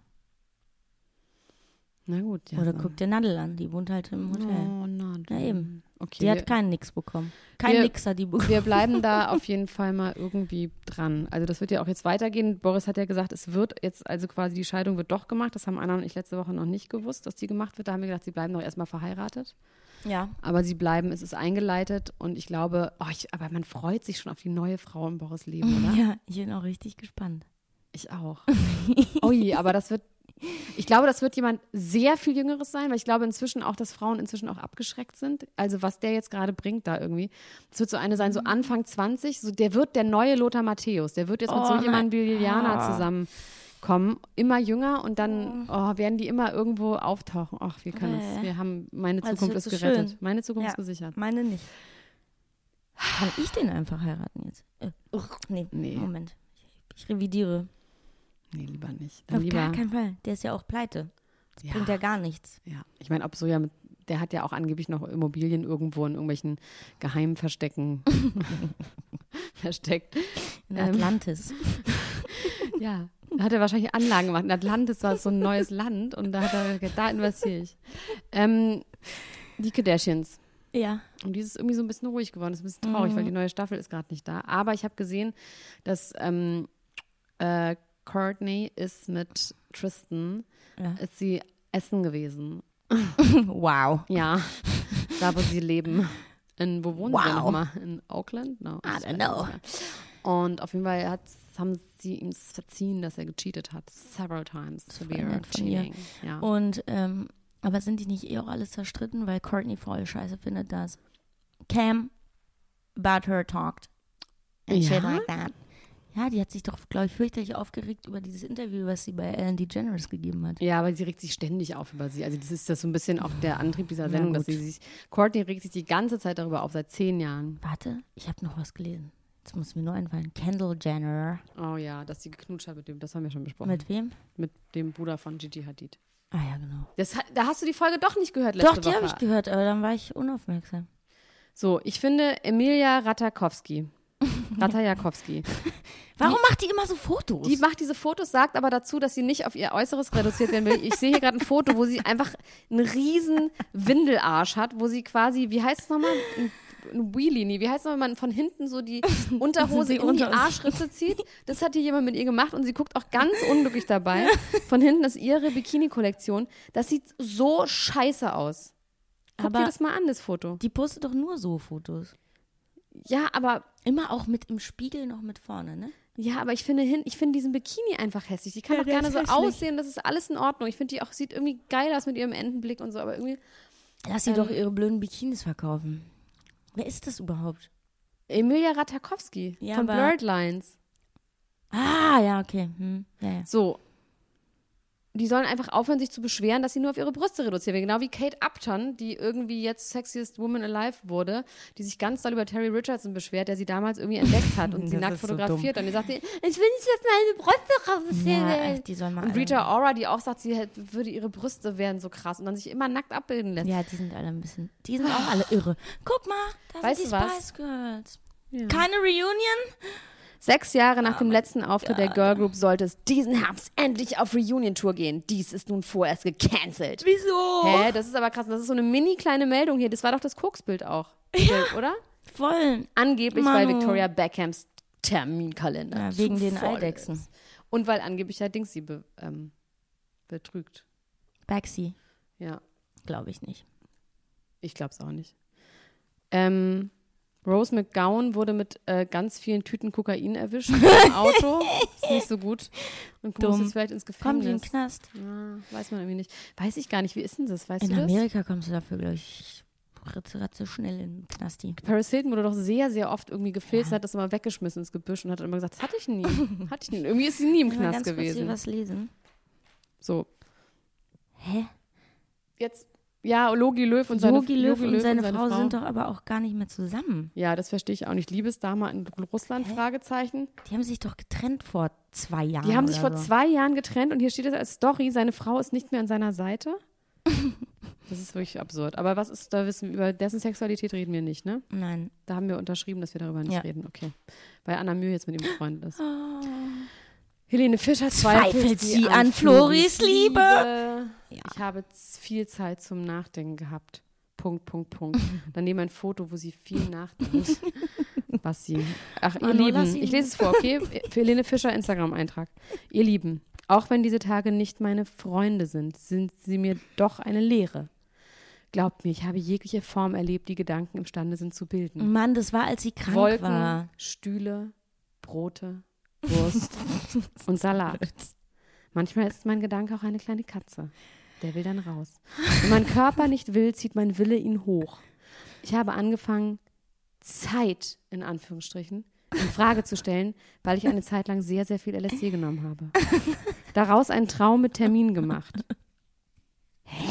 Speaker 1: Na gut, ja.
Speaker 3: Oder
Speaker 1: so.
Speaker 3: guck dir Nadel an, die wohnt halt im Hotel.
Speaker 1: Oh, na,
Speaker 3: Na eben.
Speaker 1: Okay.
Speaker 3: Die hat keinen Nix bekommen. Kein
Speaker 1: Wir-
Speaker 3: Nix hat die
Speaker 1: [LAUGHS]
Speaker 3: bekommen.
Speaker 1: wir bleiben da auf jeden Fall mal irgendwie dran. Also das wird ja auch jetzt weitergehen. Boris hat ja gesagt, es wird jetzt, also quasi die Scheidung wird doch gemacht. Das haben Anna und ich letzte Woche noch nicht gewusst, dass die gemacht wird. Da haben wir gedacht, sie bleiben doch erstmal verheiratet.
Speaker 3: Ja.
Speaker 1: Aber sie bleiben, es ist eingeleitet und ich glaube, oh, ich, aber man freut sich schon auf die neue Frau in Boris Leben, oder?
Speaker 3: [LAUGHS] [LAUGHS] Ja, ich bin auch richtig gespannt.
Speaker 1: Ich auch. Ui, aber das wird, ich glaube, das wird jemand sehr viel Jüngeres sein, weil ich glaube inzwischen auch, dass Frauen inzwischen auch abgeschreckt sind. Also was der jetzt gerade bringt da irgendwie. Es wird so eine sein, so
Speaker 3: Mhm.
Speaker 1: Anfang 20, so der wird der neue Lothar Matthäus. Der wird jetzt mit
Speaker 3: Oh
Speaker 1: so
Speaker 3: nein.
Speaker 1: jemandem wie Liliana zusammenkommen. Immer jünger und dann oh, werden die immer irgendwo auftauchen. Ach, wir können es.
Speaker 3: Nee.
Speaker 1: Wir haben, meine
Speaker 3: Das
Speaker 1: Zukunft
Speaker 3: wird
Speaker 1: ist
Speaker 3: so
Speaker 1: gerettet.
Speaker 3: schön.
Speaker 1: Meine Zukunft ist
Speaker 3: Ja.
Speaker 1: gesichert.
Speaker 3: Meine nicht. Kann ich den einfach heiraten jetzt? Äh, uch, nee,
Speaker 1: Nee.
Speaker 3: Moment. Ich, ich revidiere.
Speaker 1: Nee, lieber nicht. Dann
Speaker 3: Auf
Speaker 1: lieber,
Speaker 3: gar keinen Fall. Der ist ja auch pleite. Das
Speaker 1: Ja.
Speaker 3: bringt ja gar nichts.
Speaker 1: Ja, ich meine, ob so ja mit, der hat ja auch angeblich noch Immobilien irgendwo in irgendwelchen geheimen [LAUGHS] Verstecken versteckt.
Speaker 3: In
Speaker 1: Ähm. [LAUGHS]
Speaker 3: Atlantis.
Speaker 1: Ja, da hat er wahrscheinlich Anlagen gemacht. In Atlantis war es so ein neues Land und da hat er gedacht, da investiere ich. Ähm, die Kardashians.
Speaker 3: Ja.
Speaker 1: Und die ist irgendwie so ein bisschen ruhig geworden. Das ist ein bisschen traurig, weil die neue Staffel ist gerade nicht da. Aber ich habe gesehen, dass ähm, äh, Courtney ist mit Tristan,
Speaker 3: Ja.
Speaker 1: ist sie essen gewesen
Speaker 3: Wow.
Speaker 1: [LAUGHS] Ja, da wo sie leben. In, wo wohnen sie denn
Speaker 3: Wow.
Speaker 1: nochmal? In Auckland? No,
Speaker 3: I
Speaker 1: ich
Speaker 3: don't
Speaker 1: weiß
Speaker 3: know.
Speaker 1: nicht mehr. Und auf jeden Fall hat's, haben sie ihm verziehen, dass er gecheatet hat. Several times. Severe
Speaker 3: nett von ihr.
Speaker 1: cheating. Ja.
Speaker 3: Und, ähm, aber sind die nicht eh auch alles zerstritten, weil Courtney voll scheiße findet, dass Cam about her talked and shit
Speaker 1: Ja?
Speaker 3: like that. Ja, die hat sich doch, glaube ich, fürchterlich aufgeregt über dieses Interview, was sie bei Ellen DeGeneres gegeben hat.
Speaker 1: ja, aber sie regt sich ständig auf über sie. Also das ist das so ein bisschen auch der Antrieb dieser Sendung, dass
Speaker 3: gut.
Speaker 1: sie sich, Courtney regt sich die ganze Zeit darüber auf, seit zehn Jahren.
Speaker 3: Warte, ich habe noch was gelesen. Jetzt muss mir nur einfallen. Kendall Jenner.
Speaker 1: Oh ja, dass sie geknutscht hat mit dem, das haben wir schon besprochen. Mit,
Speaker 3: Mit wem?
Speaker 1: dem Bruder von Gigi Hadid.
Speaker 3: Ah ja, genau.
Speaker 1: Das, ha- da hast du die Folge doch nicht gehört letzte
Speaker 3: Doch, die
Speaker 1: Woche.
Speaker 3: habe ich gehört, aber dann war ich unaufmerksam.
Speaker 1: So, ich finde Emilia
Speaker 3: [LAUGHS]
Speaker 1: Ratakowski. Ratajakowski.
Speaker 3: Warum macht die immer so Fotos?
Speaker 1: Die macht diese Fotos, sagt aber dazu, dass sie nicht auf ihr Äußeres reduziert werden will. Ich sehe hier gerade ein Foto, wo sie einfach einen riesen Windelarsch hat, wo sie quasi, wie heißt es nochmal? Ein, ein Wheelie, nee, wie heißt es nochmal, wenn man von hinten so
Speaker 3: [LAUGHS]
Speaker 1: die Unterhose
Speaker 3: Die
Speaker 1: in die
Speaker 3: Unterhose.
Speaker 1: Arschritze zieht. Das hat hier jemand mit ihr gemacht und sie guckt auch
Speaker 3: [LAUGHS]
Speaker 1: ganz unglücklich dabei. Von hinten ist ihre Bikini-Kollektion. Das sieht so scheiße aus. Guck dir
Speaker 3: aber
Speaker 1: das mal an, das Foto.
Speaker 3: die postet doch nur so Fotos.
Speaker 1: Ja, aber
Speaker 3: Immer auch mit im Spiegel noch mit vorne, ne?
Speaker 1: Ja, aber ich finde hin, ich finde diesen Bikini einfach hässlich. Die kann
Speaker 3: Ja,
Speaker 1: auch
Speaker 3: der
Speaker 1: gerne
Speaker 3: ist
Speaker 1: so
Speaker 3: hässlich.
Speaker 1: aussehen, das ist alles in Ordnung. Ich finde die auch sieht irgendwie geil aus mit ihrem Entenblick und so, aber irgendwie
Speaker 3: Lass sie doch ihre blöden Bikinis verkaufen. Wer ist das überhaupt?
Speaker 1: Emilia Ratakowski
Speaker 3: Ja,
Speaker 1: von
Speaker 3: aber-
Speaker 1: Blurred Lines.
Speaker 3: Ah, ja, okay. Hm. Ja, ja.
Speaker 1: So. Die sollen einfach aufhören, sich zu beschweren, dass sie nur auf ihre Brüste reduziert werden. Genau wie Kate Upton, die irgendwie jetzt Sexiest Woman Alive wurde, die sich ganz doll über Terry Richardson beschwert, der sie damals irgendwie entdeckt hat
Speaker 3: [LAUGHS]
Speaker 1: und sie
Speaker 3: Das
Speaker 1: nackt
Speaker 3: ist so dumm.
Speaker 1: fotografiert. und die sagt, sie, ich will nicht, dass meine Brüste rausfehlen.
Speaker 3: Ja, echt, die sollen mal
Speaker 1: und
Speaker 3: alle-
Speaker 1: Rita Ora, die auch sagt, sie hätte- würde ihre Brüste wären so krass und dann sich immer nackt abbilden lässt.
Speaker 3: Ja, die sind alle ein bisschen. Die sind auch alle irre. Guck mal, da
Speaker 1: Weißt
Speaker 3: sind die
Speaker 1: du was?
Speaker 3: Spice Girls. Keine Reunion?
Speaker 1: Sechs Jahre nach dem letzten Auftritt der Girl Group sollte es diesen Herbst endlich auf Reunion-Tour gehen. Dies ist nun vorerst gecancelt.
Speaker 3: Wieso?
Speaker 1: Hä, das ist aber krass. Das ist so eine mini kleine Meldung hier. Das war doch das Koksbild auch, Bild, oder?
Speaker 3: Voll.
Speaker 1: Angeblich, weil
Speaker 3: Manu.
Speaker 1: Victoria Beckhams Terminkalender
Speaker 3: Ja,
Speaker 1: zu
Speaker 3: wegen den
Speaker 1: voll
Speaker 3: Eidechsen.
Speaker 1: Ist. Und weil angeblich Herr Dings sie be, ähm, betrügt.
Speaker 3: Baxi,
Speaker 1: Ja,
Speaker 3: glaube ich nicht.
Speaker 1: ich glaub's auch nicht. Ähm, Rose McGowan wurde mit äh, ganz vielen Tüten Kokain
Speaker 3: [LAUGHS]
Speaker 1: erwischt im Auto. ist nicht so gut. Und muss
Speaker 3: Dumm.
Speaker 1: jetzt vielleicht ins
Speaker 3: Kommt die in den
Speaker 1: Gefängnis.
Speaker 3: Knast?
Speaker 1: ja, weiß man irgendwie nicht. Weiß ich gar nicht. Wie ist denn das? Weißt
Speaker 3: In
Speaker 1: du das?
Speaker 3: Amerika kommst du dafür, glaube ich, ratze, ratze schnell in den Knasti.
Speaker 1: Paris Hilton wurde doch sehr, sehr oft irgendwie gefilzt, hat das immer weggeschmissen ins Gebüsch und hat immer gesagt, das hatte ich
Speaker 3: [LAUGHS]
Speaker 1: nie. hatte ich nie. Irgendwie ist sie nie im
Speaker 3: Ich will mal
Speaker 1: Knast
Speaker 3: ganz Kurz hier
Speaker 1: gewesen.
Speaker 3: was lesen.
Speaker 1: So.
Speaker 3: Hä?
Speaker 1: Jetzt, ja, Logi Löw und seine
Speaker 3: Yogi Löw
Speaker 1: Yogi
Speaker 3: und seine, Frau, sind doch aber auch gar nicht mehr zusammen.
Speaker 1: Ja, das verstehe ich auch nicht. Liebesdama in Russland? Fragezeichen.
Speaker 3: Die haben sich doch getrennt vor zwei Jahren.
Speaker 1: Die haben sich
Speaker 3: oder
Speaker 1: vor
Speaker 3: so.
Speaker 1: zwei Jahren getrennt und hier steht es als Story, seine Frau ist nicht mehr an seiner
Speaker 3: [LAUGHS]
Speaker 1: Seite. Das ist wirklich absurd. Aber was ist, da wissen wir, über dessen Sexualität reden wir nicht, ne?
Speaker 3: Nein.
Speaker 1: Da haben wir unterschrieben, dass wir darüber nicht
Speaker 3: Ja.
Speaker 1: reden. Okay. Weil Anna Mühe jetzt mit ihm befreundet ist. Helene Fischer zweifelt,
Speaker 3: Zweifelt sie an Floris Liebe? Ja.
Speaker 1: Ich habe z- viel Zeit zum Nachdenken gehabt. Punkt, Punkt,
Speaker 3: [LAUGHS]
Speaker 1: Punkt. Dann nehmen wir ein Foto, wo sie viel nachdenkt. Was sie. Ach, ihr
Speaker 3: Manu, lass
Speaker 1: Lieben,
Speaker 3: ihn.
Speaker 1: ich lese es vor, okay? Für Helene Fischer Instagram-Eintrag. Ihr Lieben, auch wenn diese Tage nicht meine Freunde sind, sind sie mir doch eine Lehre. Glaubt mir, ich habe jegliche Form erlebt, die Gedanken imstande sind zu bilden.
Speaker 3: Mann, das war, als sie krank
Speaker 1: Wolken,
Speaker 3: war.
Speaker 1: Stühle,
Speaker 3: [LAUGHS]
Speaker 1: Brote, Wurst und Salat. Manchmal ist mein Gedanke auch eine kleine Katze. Der will dann raus. Wenn mein Körper nicht will, zieht mein Wille ihn hoch. Ich habe angefangen, Zeit in Anführungsstrichen in Frage zu stellen, weil ich eine Zeit lang sehr, sehr viel LSD genommen
Speaker 3: [LAUGHS]
Speaker 1: habe. Daraus einen Traum mit Termin gemacht. Hä?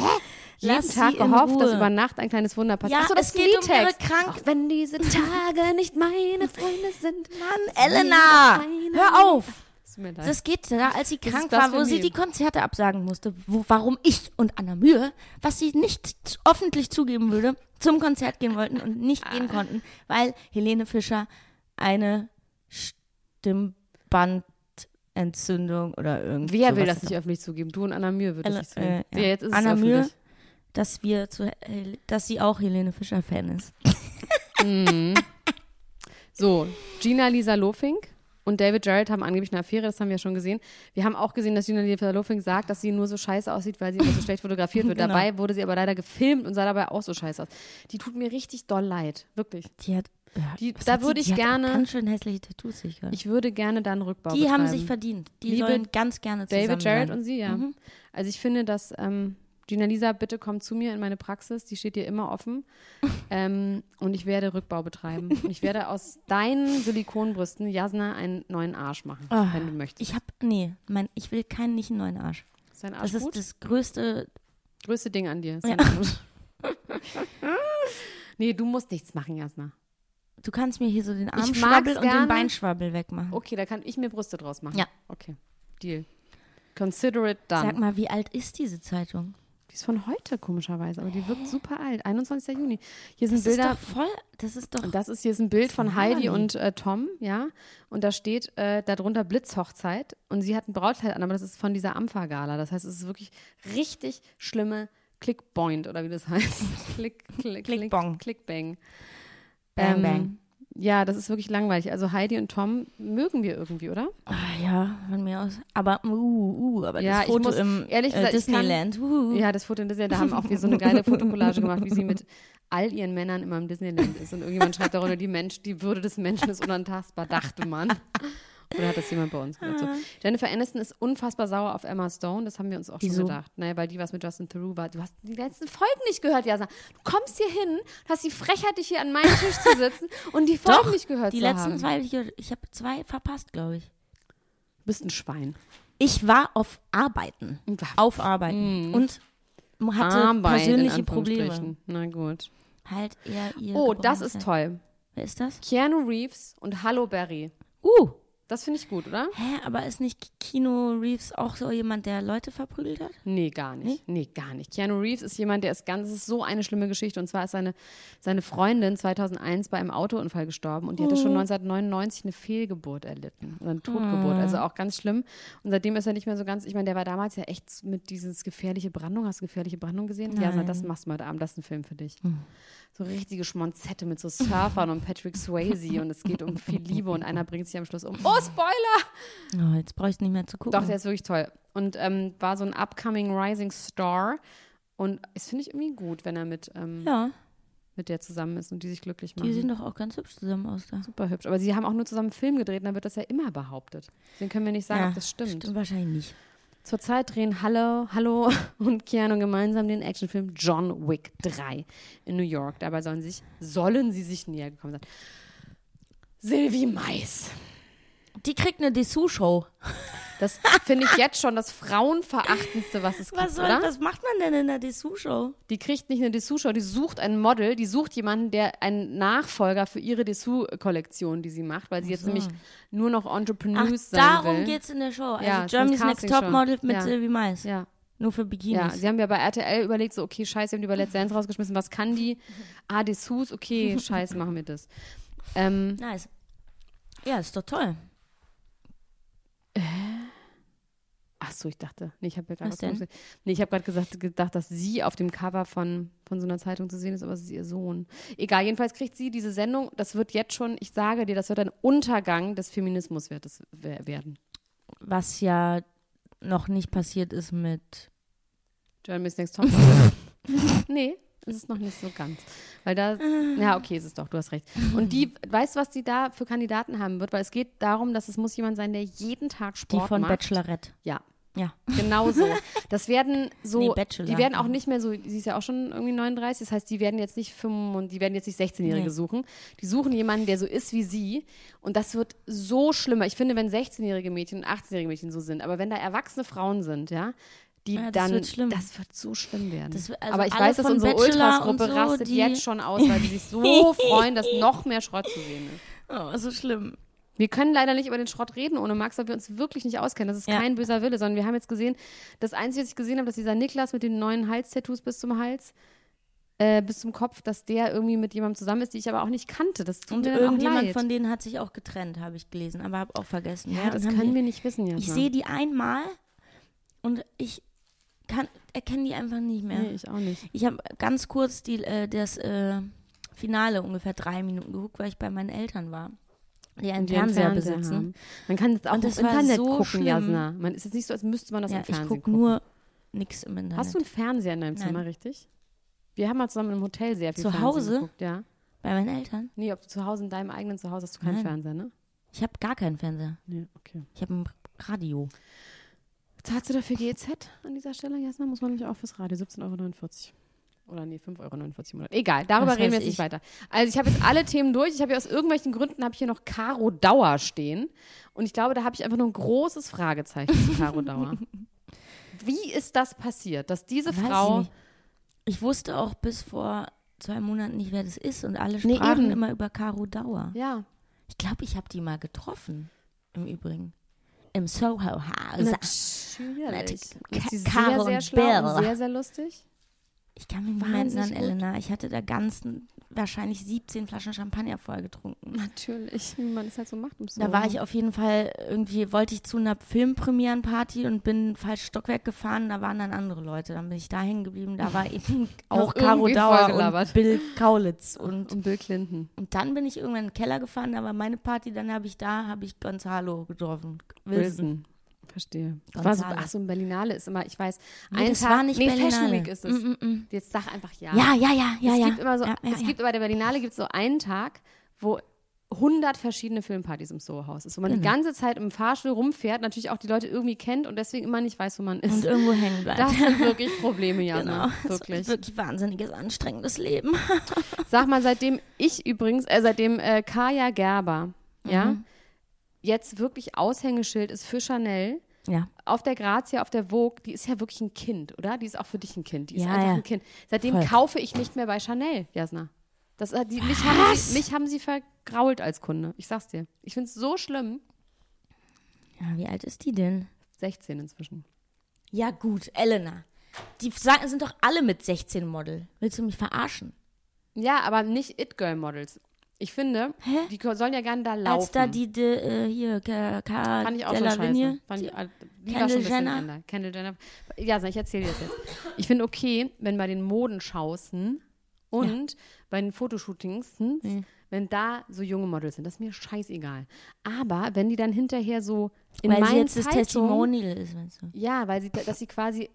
Speaker 1: Jeden
Speaker 3: Lass sie
Speaker 1: Tag
Speaker 3: in
Speaker 1: gehofft, dass
Speaker 3: Ruhe.
Speaker 1: über Nacht ein kleines Wunder passiert.
Speaker 3: Ja,
Speaker 1: Achso, das
Speaker 3: es
Speaker 1: ist ein
Speaker 3: geht um ihre
Speaker 1: Liedtext.
Speaker 3: Krank-
Speaker 1: Auch wenn diese Tage nicht meine Freunde sind.
Speaker 3: Mann, Elena,
Speaker 1: Einer-
Speaker 3: hör auf.
Speaker 1: Tut mir leid.
Speaker 3: Das geht da, als sie
Speaker 1: ist
Speaker 3: krank war, wo
Speaker 1: Blasphemie.
Speaker 3: sie die Konzerte absagen musste, wo, warum ich und Anna Mühe, was sie nicht zu- öffentlich zugeben würde, zum Konzert gehen wollten und nicht gehen
Speaker 1: Ah.
Speaker 3: konnten, weil Helene Fischer eine Stimmbandentzündung oder irgendwie
Speaker 1: Wer will das nicht öffentlich zugeben? Du und Anna Mühe wird das
Speaker 3: Ele-
Speaker 1: nicht zugeben.
Speaker 3: äh,
Speaker 1: ja.
Speaker 3: ja.
Speaker 1: jetzt ist
Speaker 3: Anna
Speaker 1: es
Speaker 3: Mühe?
Speaker 1: öffentlich.
Speaker 3: dass wir zu, Hel- dass sie auch Helene Fischer Fan ist.
Speaker 1: So, Gina Lisa Lofink und David Jarrett haben angeblich eine Affäre, das haben wir schon gesehen. Wir haben auch gesehen, dass Gina Lisa Lofink sagt, dass sie nur so scheiße aussieht, weil sie immer so schlecht fotografiert wird.
Speaker 3: [LAUGHS] Genau.
Speaker 1: Dabei wurde sie aber leider gefilmt und sah dabei auch so scheiße aus. Die tut mir richtig doll leid, wirklich.
Speaker 3: Die hat, ja,
Speaker 1: Die-
Speaker 3: was
Speaker 1: da
Speaker 3: hat sie?
Speaker 1: würde ich
Speaker 3: die hat auch
Speaker 1: gerne-
Speaker 3: ganz schön hässliche Tattoos, ich
Speaker 1: Ich würde gerne dann Rückbau
Speaker 3: Die haben
Speaker 1: betreiben.
Speaker 3: sich verdient. Die
Speaker 1: Liebe
Speaker 3: sollen ganz gerne zusammen Mhm.
Speaker 1: David Jarrett
Speaker 3: sein.
Speaker 1: und sie, ja. Also ich finde, dass ähm, Gina Lisa, bitte komm zu mir in meine Praxis, die steht dir immer
Speaker 3: [LAUGHS]
Speaker 1: offen. ähm, und ich werde Rückbau betreiben. Und ich werde aus deinen Silikonbrüsten, Jasna, einen neuen Arsch machen,
Speaker 3: Ah,
Speaker 1: wenn du möchtest.
Speaker 3: Ich hab, nee, mein, ich will keinen, nicht einen neuen Arsch.
Speaker 1: ist dein Arsch
Speaker 3: Das ist
Speaker 1: gut?
Speaker 3: das größte,
Speaker 1: größte Ding an dir. Ist
Speaker 3: Ja.
Speaker 1: dein
Speaker 3: [LAUGHS]
Speaker 1: Arsch. nee, du musst nichts machen, Jasna.
Speaker 3: du kannst mir hier so den
Speaker 1: mag's
Speaker 3: Armschwabbel und
Speaker 1: gerne.
Speaker 3: den Beinschwabbel wegmachen.
Speaker 1: Okay, da kann ich mir Brüste draus machen.
Speaker 3: Ja.
Speaker 1: Okay, Deal. Consider it done.
Speaker 3: Sag mal, wie alt ist diese Zeitung?
Speaker 1: Die ist von heute, komischerweise, aber die wirkt super alt. 21. Juni. Hier sind
Speaker 3: Oh. Das
Speaker 1: Bilder
Speaker 3: ist doch voll, das ist doch,
Speaker 1: Und das ist hier ist ein Bild von Heidi und äh, Tom, ja. Und da steht äh, darunter Blitzhochzeit. Und sie hat ein Brautkleid an, aber das ist von dieser Ampha-Gala. Das heißt, es ist wirklich richtig schlimme Clickpoint oder wie das [LAUGHS] heißt. Click, click,
Speaker 3: Clickbong.
Speaker 1: Click, Clickbang.
Speaker 3: bang,
Speaker 1: ähm,
Speaker 3: bang.
Speaker 1: Ja, das ist wirklich langweilig. Also Heidi und Tom mögen wir irgendwie, oder?
Speaker 3: Ah, ja, von mir aus. Aber, uh, uh, aber
Speaker 1: Ja,
Speaker 3: das
Speaker 1: ich
Speaker 3: Foto
Speaker 1: muss-
Speaker 3: im
Speaker 1: ehrlich
Speaker 3: äh,
Speaker 1: gesagt, ich kann-
Speaker 3: Disneyland. uh, uh.
Speaker 1: Ja, das Foto in Disneyland, da haben auch wir so eine geile Fotokollage gemacht, wie sie mit all ihren Männern immer im Disneyland ist. Und irgendjemand schreibt darunter, die, Mensch, die Würde des Menschen ist unantastbar, dachte man. Oder hat das jemand bei uns gemacht?
Speaker 3: Ah.
Speaker 1: So. Jennifer Aniston ist unfassbar sauer auf Emma Stone. Das haben wir uns auch
Speaker 3: Wieso?
Speaker 1: schon gedacht. Naja, weil die was mit Justin Theroux war. Du hast die letzten Folgen nicht gehört, Jasa. Du kommst hier hin, hast die Frechheit, dich hier an meinen Tisch zu sitzen und die Folgen nicht gehört
Speaker 3: Die
Speaker 1: zu
Speaker 3: letzten
Speaker 1: haben.
Speaker 3: zwei, hab ich, gehört. ich habe zwei verpasst, glaube ich.
Speaker 1: Du bist ein Schwein.
Speaker 3: Ich war auf Arbeiten. Auf Arbeiten. Und hatte
Speaker 1: Arbeit, Mhm. in
Speaker 3: persönliche
Speaker 1: Anführungsstrichen.
Speaker 3: Probleme.
Speaker 1: Na gut.
Speaker 3: Halt eher ihr.
Speaker 1: Oh, das
Speaker 3: gebrochenes
Speaker 1: ist
Speaker 3: Herz.
Speaker 1: toll.
Speaker 3: Wer ist das?
Speaker 1: Keanu Reeves und Hallo Berry.
Speaker 3: Uh.
Speaker 1: Das finde ich gut, oder?
Speaker 3: Hä, aber ist nicht Kino Reeves auch so jemand, der Leute verprügelt hat?
Speaker 1: Nee, gar nicht. Nee, gar nicht. Keanu Reeves ist jemand, der ist ganz, es ist so eine schlimme Geschichte. Und zwar ist seine, seine Freundin 2001 bei einem Autounfall gestorben und die hatte schon 1999 eine Fehlgeburt erlitten oder eine Totgeburt. Also auch ganz schlimm. Und seitdem ist er nicht mehr so ganz, ich meine, der war damals ja echt mit dieses gefährliche Brandung. Hast du gefährliche Brandung gesehen? Ja, sag, das machst du mal heute Abend, das ist ein Film für dich. So richtige Schmonzette mit so Surfern und Patrick Swayze und es geht um viel Liebe und einer bringt sich am Schluss um. Oh, Spoiler!
Speaker 3: Oh, jetzt brauche ich nicht mehr zu gucken.
Speaker 1: Doch, der ist wirklich toll. Und ähm, war so ein upcoming Rising Star. Und das finde ich irgendwie gut, wenn er mit, ähm,
Speaker 3: ja,
Speaker 1: mit der zusammen ist und die sich glücklich
Speaker 3: die sehen
Speaker 1: machen.
Speaker 3: doch auch ganz hübsch zusammen aus da.
Speaker 1: Super hübsch. Aber sie haben auch nur zusammen einen Film gedreht, und dann wird das ja immer behauptet. Deswegen können wir nicht sagen,
Speaker 3: ja,
Speaker 1: ob das stimmt.
Speaker 3: Stimmt wahrscheinlich nicht.
Speaker 1: Zurzeit drehen Hallo, Hallo [LAUGHS] und Keanu gemeinsam den Actionfilm John Wick 3 in New York. Dabei sollen sich, sollen sie sich näher gekommen sein. Sylvie Mais.
Speaker 3: Die kriegt eine Dessous-Show.
Speaker 1: Das finde
Speaker 3: [LAUGHS]
Speaker 1: ich jetzt schon das Frauenverachtendste, was es gibt,
Speaker 3: Was soll,
Speaker 1: oder?
Speaker 3: was macht man denn in der Dessous-Show?
Speaker 1: Die kriegt nicht eine Dessous-Show, die sucht ein Model, die sucht jemanden, der einen Nachfolger für ihre Dessous-Kollektion, die sie macht, weil sie jetzt nämlich nur noch
Speaker 3: Ach,
Speaker 1: Entrepreneurs sein
Speaker 3: darum
Speaker 1: will.
Speaker 3: geht's in der Show. Also
Speaker 1: Ja, es ist eine
Speaker 3: Germany's Next
Speaker 1: Castingshow.
Speaker 3: Top Model mit
Speaker 1: Ja.
Speaker 3: Sylvie Mais.
Speaker 1: Ja.
Speaker 3: Nur für Bikinis.
Speaker 1: Ja, sie haben ja bei RTL überlegt, so, okay, scheiße, wir haben die bei Let's Dance rausgeschmissen, was kann
Speaker 3: [LAUGHS]
Speaker 1: die? Ah, Dessous, okay, scheiße, machen wir das. Ähm,
Speaker 3: Nice. Ja, ist doch toll.
Speaker 1: ach so, ich dachte, nee, ich habe ja gerade
Speaker 3: Was denn?
Speaker 1: gesagt- nee, ich habe gerade gesagt, gedacht, dass sie auf dem Cover von, von so einer Zeitung zu sehen ist, aber es ist ihr Sohn. Egal, jedenfalls kriegt sie diese Sendung, das wird jetzt schon, ich sage dir, das wird ein Untergang des Feminismus wird es wer- werden.
Speaker 3: Was ja noch nicht passiert ist mit.
Speaker 1: Jeremy's Next Top.
Speaker 3: [LAUGHS]
Speaker 1: nee, es ist noch nicht so ganz. Weil da,
Speaker 3: Ah.
Speaker 1: ja, okay, ist es doch, du hast recht. Und die, weißt du, was die da für Kandidaten haben wird? Weil es geht darum, dass es muss jemand sein, der jeden Tag
Speaker 3: Die
Speaker 1: Sport
Speaker 3: von
Speaker 1: macht.
Speaker 3: Bachelorette.
Speaker 1: Ja, [LAUGHS]
Speaker 3: Ja.
Speaker 1: genau so. Das werden so,
Speaker 3: Nee, Bachelor.
Speaker 1: die werden auch nicht mehr so, sie ist ja auch schon irgendwie 39, das heißt, die werden jetzt nicht 5 und die werden jetzt nicht 16-Jährige
Speaker 3: Nee.
Speaker 1: suchen. Die suchen jemanden, der so ist wie sie und das wird so schlimmer. Ich finde, wenn 16-jährige Mädchen und 18-jährige Mädchen so sind, aber wenn da erwachsene Frauen sind, ja, die
Speaker 3: Ja, Ah, das
Speaker 1: dann,
Speaker 3: wird schlimm.
Speaker 1: das wird so schlimm werden.
Speaker 3: Das wird- also
Speaker 1: aber ich
Speaker 3: alle
Speaker 1: weiß, dass
Speaker 3: von
Speaker 1: unsere
Speaker 3: Bachelor und
Speaker 1: Ultras-Gruppe
Speaker 3: so,
Speaker 1: rastet
Speaker 3: die-
Speaker 1: jetzt schon aus, weil die sich so freuen,
Speaker 3: [LAUGHS]
Speaker 1: dass noch mehr Schrott zu sehen ist.
Speaker 3: Oh, so schlimm.
Speaker 1: Wir können leider nicht über den Schrott reden ohne Max, weil wir uns wirklich nicht auskennen. Das ist
Speaker 3: Ja.
Speaker 1: kein böser Wille, sondern wir haben jetzt gesehen, das Einzige, was ich gesehen habe, dass dieser Niklas mit den neuen Hals-Tattoos bis zum Hals, äh, bis zum Kopf, dass der irgendwie mit jemandem zusammen ist, die ich aber auch nicht kannte. Das tut
Speaker 3: Und
Speaker 1: mir dann auch
Speaker 3: irgendjemand
Speaker 1: leid.
Speaker 3: von denen hat sich auch getrennt, habe ich gelesen, aber habe auch vergessen.
Speaker 1: ja,
Speaker 3: wer.
Speaker 1: das
Speaker 3: Und haben
Speaker 1: können
Speaker 3: die,
Speaker 1: wir nicht wissen, ja.
Speaker 3: Ich sehe die einmal und ich kann, erkenne die einfach nicht mehr.
Speaker 1: Nee, ich auch nicht.
Speaker 3: Ich habe ganz kurz die, äh, das äh, Finale ungefähr drei Minuten geguckt, weil ich bei meinen Eltern war, die einen
Speaker 1: Die einen
Speaker 3: Fernseher,
Speaker 1: Fernseher
Speaker 3: besitzen.
Speaker 1: haben. Man kann es auch im
Speaker 3: Und das war
Speaker 1: Internet
Speaker 3: so
Speaker 1: gucken,
Speaker 3: schlimm.
Speaker 1: Jasna. Man ist jetzt nicht so, als müsste man das
Speaker 3: Ja,
Speaker 1: im
Speaker 3: ich
Speaker 1: Fernsehen
Speaker 3: gucke
Speaker 1: gucken.
Speaker 3: nur nichts im Internet.
Speaker 1: Hast du einen Fernseher in deinem
Speaker 3: Nein.
Speaker 1: Zimmer, richtig? Wir haben mal zusammen im Hotel sehr viel
Speaker 3: Zu
Speaker 1: Fernsehen
Speaker 3: Hause?
Speaker 1: geguckt, ja.
Speaker 3: bei meinen Eltern?
Speaker 1: Nee, ob du zu Hause in deinem eigenen Zuhause hast du keinen
Speaker 3: Nein.
Speaker 1: Fernseher, ne?
Speaker 3: Ich habe gar keinen Fernseher.
Speaker 1: Nee, okay.
Speaker 3: Ich habe ein Radio.
Speaker 1: Zahlst du dafür GEZ an dieser Stelle? Jasna, muss man nicht auch fürs Radio 17,49 Euro. Oder nee, 5,49 Euro im Monat. Egal, darüber
Speaker 3: Was
Speaker 1: reden wir jetzt
Speaker 3: weiß
Speaker 1: nicht
Speaker 3: ich.
Speaker 1: weiter. Also ich habe jetzt alle Themen durch. Ich habe hier aus irgendwelchen Gründen habe ich hier noch Caro Dauer stehen. Und ich glaube, da habe ich einfach nur ein großes Fragezeichen zu [LAUGHS] Caro Dauer. Wie ist das passiert, dass diese
Speaker 3: Weiß ich,
Speaker 1: Frau.
Speaker 3: nicht. ich wusste auch bis vor zwei Monaten nicht, wer das ist und alle
Speaker 1: Nee,
Speaker 3: sprachen
Speaker 1: eben.
Speaker 3: immer über Caro Dauer.
Speaker 1: Ja,
Speaker 3: Ich glaube, ich habe die mal getroffen, im Übrigen. Im Soho
Speaker 1: Also,
Speaker 3: House.
Speaker 1: natürlich.
Speaker 3: Nat-
Speaker 1: Ist sie sehr,
Speaker 3: Caro
Speaker 1: sehr
Speaker 3: und
Speaker 1: schlau und
Speaker 3: Bill.
Speaker 1: sehr, sehr lustig?
Speaker 3: Ich kann mich nicht mehr
Speaker 1: Wahnsinnig
Speaker 3: erinnern,
Speaker 1: gut.
Speaker 3: Elena. Ich hatte da ganzen, wahrscheinlich 17 Flaschen Champagner vorher getrunken.
Speaker 1: Natürlich, wie man es halt so macht. Im
Speaker 3: Da war ich auf jeden Fall irgendwie, wollte ich zu einer Filmpremierenparty und bin falsch Stockwerk gefahren, da waren dann andere Leute. Dann bin ich da hängen geblieben, da war
Speaker 1: [LAUGHS]
Speaker 3: eben auch
Speaker 1: Noch
Speaker 3: Caro
Speaker 1: irgendwie
Speaker 3: Dauer
Speaker 1: vollgelabert.
Speaker 3: und Bill Kaulitz. Und,
Speaker 1: Und Bill Clinton.
Speaker 3: und dann bin ich irgendwann in den Keller gefahren, da war meine Party, dann habe ich da, habe ich Gonzalo getroffen.
Speaker 1: Wilson. Verstehe. War so,
Speaker 3: Gonzalo.
Speaker 1: ach so, ein Berlinale ist immer, ich weiß,
Speaker 3: Nee,
Speaker 1: ein
Speaker 3: das
Speaker 1: Tag,
Speaker 3: war nicht
Speaker 1: nee, Fashion
Speaker 3: Berlinale. Mm,
Speaker 1: Week ist es. Jetzt sag einfach ja.
Speaker 3: Ja, ja, ja, ja,
Speaker 1: es
Speaker 3: ja.
Speaker 1: gibt immer so,
Speaker 3: ja, ja,
Speaker 1: es
Speaker 3: ja.
Speaker 1: gibt bei der Berlinale gibt so einen Tag, wo 100 verschiedene Filmpartys im Soho-Haus ist, wo
Speaker 3: Genau.
Speaker 1: man die ganze Zeit im Fahrstuhl rumfährt, natürlich auch die Leute irgendwie kennt und deswegen immer nicht weiß, wo man
Speaker 3: und
Speaker 1: ist.
Speaker 3: irgendwo hängen
Speaker 1: [LAUGHS]
Speaker 3: bleibt.
Speaker 1: Das sind
Speaker 3: [LAUGHS]
Speaker 1: wirklich Probleme,
Speaker 3: genau. [LAUGHS]
Speaker 1: Jana.
Speaker 3: Das
Speaker 1: Wirklich.
Speaker 3: ist wirklich wahnsinniges, anstrengendes Leben.
Speaker 1: Sag mal, seitdem ich übrigens, äh, seitdem äh, Kaya Gerber, ja,
Speaker 3: Mhm.
Speaker 1: jetzt wirklich Aushängeschild ist für Chanel,
Speaker 3: Ja.
Speaker 1: auf der Grazia, auf der Vogue, die ist ja wirklich ein Kind, oder? Die ist auch für dich ein Kind. Die ist
Speaker 3: Ja,
Speaker 1: einfach
Speaker 3: ja.
Speaker 1: ein Kind. Seitdem
Speaker 3: Voll.
Speaker 1: kaufe ich nicht mehr bei Chanel, Jasna. Das, hat die, mich, haben sie, mich haben sie vergrault als Kunde. Ich sag's dir. Ich find's so schlimm.
Speaker 3: Ja, wie alt ist die denn?
Speaker 1: 16 inzwischen.
Speaker 3: Ja, gut, Elena. Die sagen- sind doch alle mit 16 Model. Willst du mich verarschen?
Speaker 1: Ja, aber nicht It-Girl-Models. Ich finde, die sollen ja gerne da laufen.
Speaker 3: Als da die, die äh, hier, Ka- Cara
Speaker 1: Fand ich auch schon
Speaker 3: Delevingne,
Speaker 1: scheiße. Fand ich,
Speaker 3: die-
Speaker 1: äh, die war
Speaker 3: Kendall
Speaker 1: schon ein bisschen
Speaker 3: Jenner.
Speaker 1: anders. Kendall Jenner. Ja, sag, ich erzähle dir das jetzt. Ich finde okay, wenn bei den Modenschausen und bei den Fotoshootings, hm, wenn da so junge Models sind, das ist mir scheißegal. Aber wenn die dann hinterher so in
Speaker 3: Weil sie
Speaker 1: meinen
Speaker 3: jetzt das
Speaker 1: Zeitungen,
Speaker 3: Testimonial ist, meinst du?
Speaker 1: ja, weil sie, dass sie quasi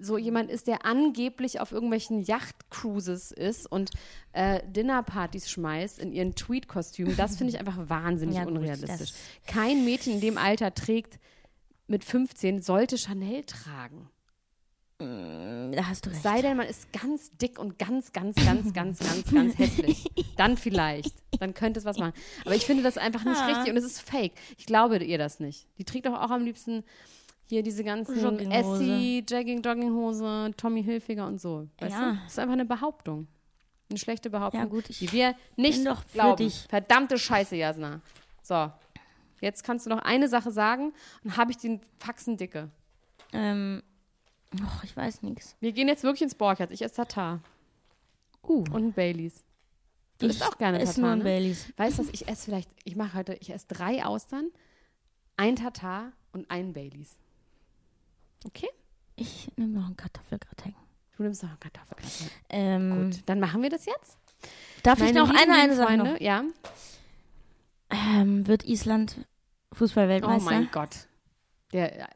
Speaker 1: so jemand ist, der angeblich auf irgendwelchen Yachtcruises ist und äh, Dinnerpartys schmeißt in ihren Tweet-Kostümen, das finde ich
Speaker 3: [LAUGHS]
Speaker 1: einfach wahnsinnig
Speaker 3: Ja, gut,
Speaker 1: unrealistisch.
Speaker 3: das-
Speaker 1: Kein Mädchen in dem Alter trägt mit 15 sollte Chanel tragen.
Speaker 3: Mm, Da hast du recht.
Speaker 1: Sei denn, man ist ganz dick und ganz, ganz, ganz, ganz, ganz, ganz
Speaker 3: [LAUGHS]
Speaker 1: hässlich. Dann vielleicht. Dann könnte es was machen. Aber ich finde das einfach nicht richtig und es ist fake. Ich glaube ihr das nicht. Die trägt doch auch am liebsten hier diese ganzen
Speaker 3: Jogginghose.
Speaker 1: Essie, Jogging, Jogginghose, Tommy Hilfiger und so. Weißt
Speaker 3: Ja.
Speaker 1: du? Das ist einfach eine Behauptung. Eine schlechte Behauptung,
Speaker 3: Ja, gut, ich
Speaker 1: die wir nicht
Speaker 3: bin doch für
Speaker 1: glauben.
Speaker 3: dich.
Speaker 1: Verdammte Scheiße, Jasna. So. Jetzt kannst du noch eine Sache sagen und habe ich den Faxen dicke.
Speaker 3: ähm, och, ich weiß nichts.
Speaker 1: Wir gehen jetzt wirklich ins Borchardt. Ich esse Tatar.
Speaker 3: Uh,
Speaker 1: Und ein Baileys. Du
Speaker 3: ich
Speaker 1: isst auch gerne
Speaker 3: esse
Speaker 1: Tatar,
Speaker 3: nur ein
Speaker 1: ne?
Speaker 3: Baileys.
Speaker 1: Weißt du was, ich esse vielleicht, ich mache heute, ich esse drei Austern, ein Tatar und einen Baileys. Okay?
Speaker 3: Ich nehme noch einen Kartoffelgratin.
Speaker 1: Du nimmst noch einen Kartoffelkasten.
Speaker 3: Ähm,
Speaker 1: Gut, dann machen wir das jetzt.
Speaker 3: Darf ich
Speaker 1: Meine
Speaker 3: noch
Speaker 1: lieben,
Speaker 3: eine, eine
Speaker 1: lieben
Speaker 3: Sache
Speaker 1: Freunde,
Speaker 3: noch?
Speaker 1: ja.
Speaker 3: Ähm, wird Island
Speaker 1: Oh
Speaker 3: Fußballweltmeister?
Speaker 1: mein Gott. Der,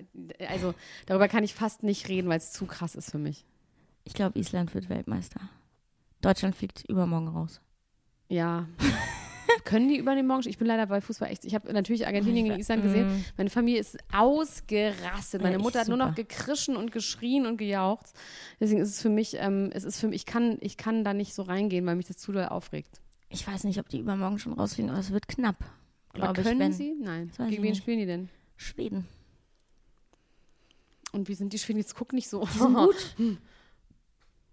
Speaker 1: also, darüber kann ich fast nicht reden, weil es zu krass ist für mich.
Speaker 3: Ich glaube, Island wird Weltmeister. Deutschland fliegt übermorgen raus. [LAUGHS]
Speaker 1: Ja. Können die über den Morgen? Ich bin leider bei Fußball echt. Ich habe natürlich Argentinien
Speaker 3: Oh,
Speaker 1: gegen Island gesehen. Meine Familie ist ausgerastet. Meine
Speaker 3: Mhm. Ja, ich
Speaker 1: Mutter hat nur noch
Speaker 3: super.
Speaker 1: gekrischen und geschrien und gejaucht. Deswegen ist es für mich, ähm, es ist für mich, ich kann, ich kann da nicht so reingehen, weil mich das zu doll aufregt.
Speaker 3: Ich weiß nicht, ob die übermorgen schon rausfliegen, aber es wird knapp.
Speaker 1: Aber
Speaker 3: Glaube ich,
Speaker 1: können
Speaker 3: wenn
Speaker 1: sie? Nein.
Speaker 3: weiß
Speaker 1: Gegen
Speaker 3: ich
Speaker 1: wen
Speaker 3: nicht.
Speaker 1: spielen die denn?
Speaker 3: Schweden.
Speaker 1: Und wie sind die Schweden? Jetzt guck nicht so. Hm.
Speaker 3: Die
Speaker 1: [LAUGHS]
Speaker 3: sind gut.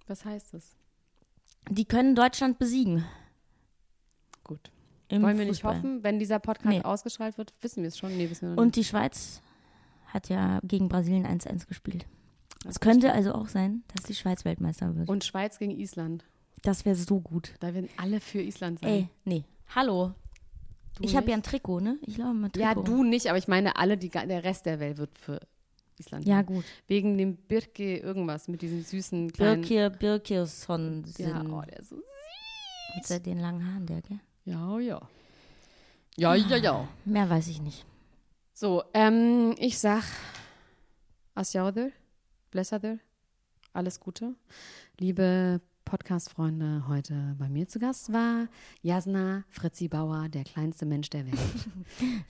Speaker 1: Was heißt das?
Speaker 3: Die können Deutschland besiegen.
Speaker 1: Gut.
Speaker 3: Im
Speaker 1: Wollen wir nicht
Speaker 3: Fußball.
Speaker 1: hoffen, wenn dieser Podcast
Speaker 3: Nee.
Speaker 1: ausgestrahlt wird? Wissen wir es schon? Nee, wissen wir noch
Speaker 3: Und die Schweiz hat ja gegen Brasilien 1-1 gespielt.
Speaker 1: nicht.
Speaker 3: Es könnte also auch sein, dass die Schweiz Weltmeister wird.
Speaker 1: Und Schweiz gegen Island.
Speaker 3: das wäre so gut.
Speaker 1: Da werden alle für Island sein.
Speaker 3: Ey, nee. Hallo.
Speaker 1: Du
Speaker 3: Ich habe
Speaker 1: nicht?
Speaker 3: ja ein Trikot, ne? Ich laufe mit Trikot.
Speaker 1: Ja, du nicht, aber ich meine alle, die, ga- der Rest der Welt wird für Island.
Speaker 3: Ja,
Speaker 1: sein.
Speaker 3: gut.
Speaker 1: Wegen dem Birke irgendwas mit diesem süßen kleinen.
Speaker 3: Birkir Birkirson sind
Speaker 1: Ja, oh, der ist so.
Speaker 3: mit se- den langen Haaren, der, gell?
Speaker 1: Ja, ja. Ja, ja, ja.
Speaker 3: Mehr weiß ich nicht.
Speaker 1: So, ähm, ich sag Asjauder, Blessader, alles Gute. Liebe Podcast-Freunde, heute bei mir zu Gast war Jasna Fritzi Bauer, der kleinste Mensch der Welt.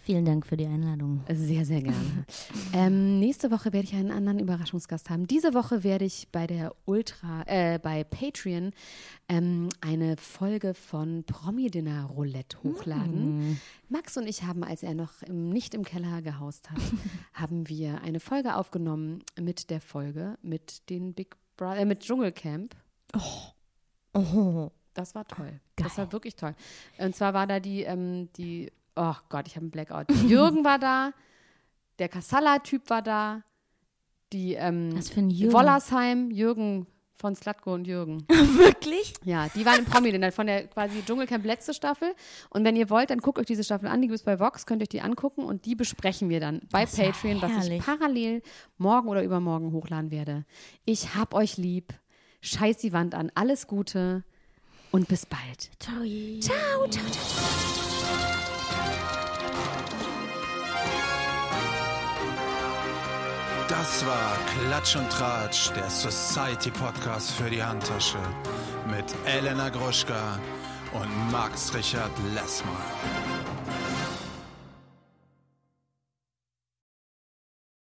Speaker 3: Vielen Dank für die Einladung.
Speaker 1: Sehr, sehr gerne. ähm, nächste Woche werde ich einen anderen Überraschungsgast haben. Diese Woche werde ich bei der Ultra, äh, bei Patreon ähm, eine Folge von Promi Dinner Roulette hochladen. Max und ich haben, als er noch im, nicht im Keller gehaust hat, haben wir eine Folge aufgenommen mit der Folge mit den Big Brother, äh, mit Dschungelcamp.
Speaker 3: Oh.
Speaker 1: Das war toll.
Speaker 3: Geil.
Speaker 1: Das war wirklich toll. Und zwar war da die, ähm, die, oh Gott, ich habe einen Blackout. Jürgen war da, der Kassala-Typ war da, die ähm,
Speaker 3: Was für ein Jürgen?
Speaker 1: Wollersheim, Jürgen von Slatko und Jürgen.
Speaker 3: Wirklich?
Speaker 1: Ja, die waren im Promi, denn von der quasi Dschungelcamp letzte Staffel. Und wenn ihr wollt, dann guckt euch diese Staffel an, die gibt es bei Vox, könnt ihr euch die angucken und die besprechen wir dann bei
Speaker 3: ja
Speaker 1: Patreon, was ich
Speaker 3: herrlich.
Speaker 1: parallel morgen oder übermorgen hochladen werde. Ich hab euch lieb, scheiß die Wand an, alles Gute und bis bald.
Speaker 3: Ciao.
Speaker 2: Das war Klatsch und Tratsch, der Society Podcast für die Handtasche mit Elena Gruschka und Max Richard Lessmann.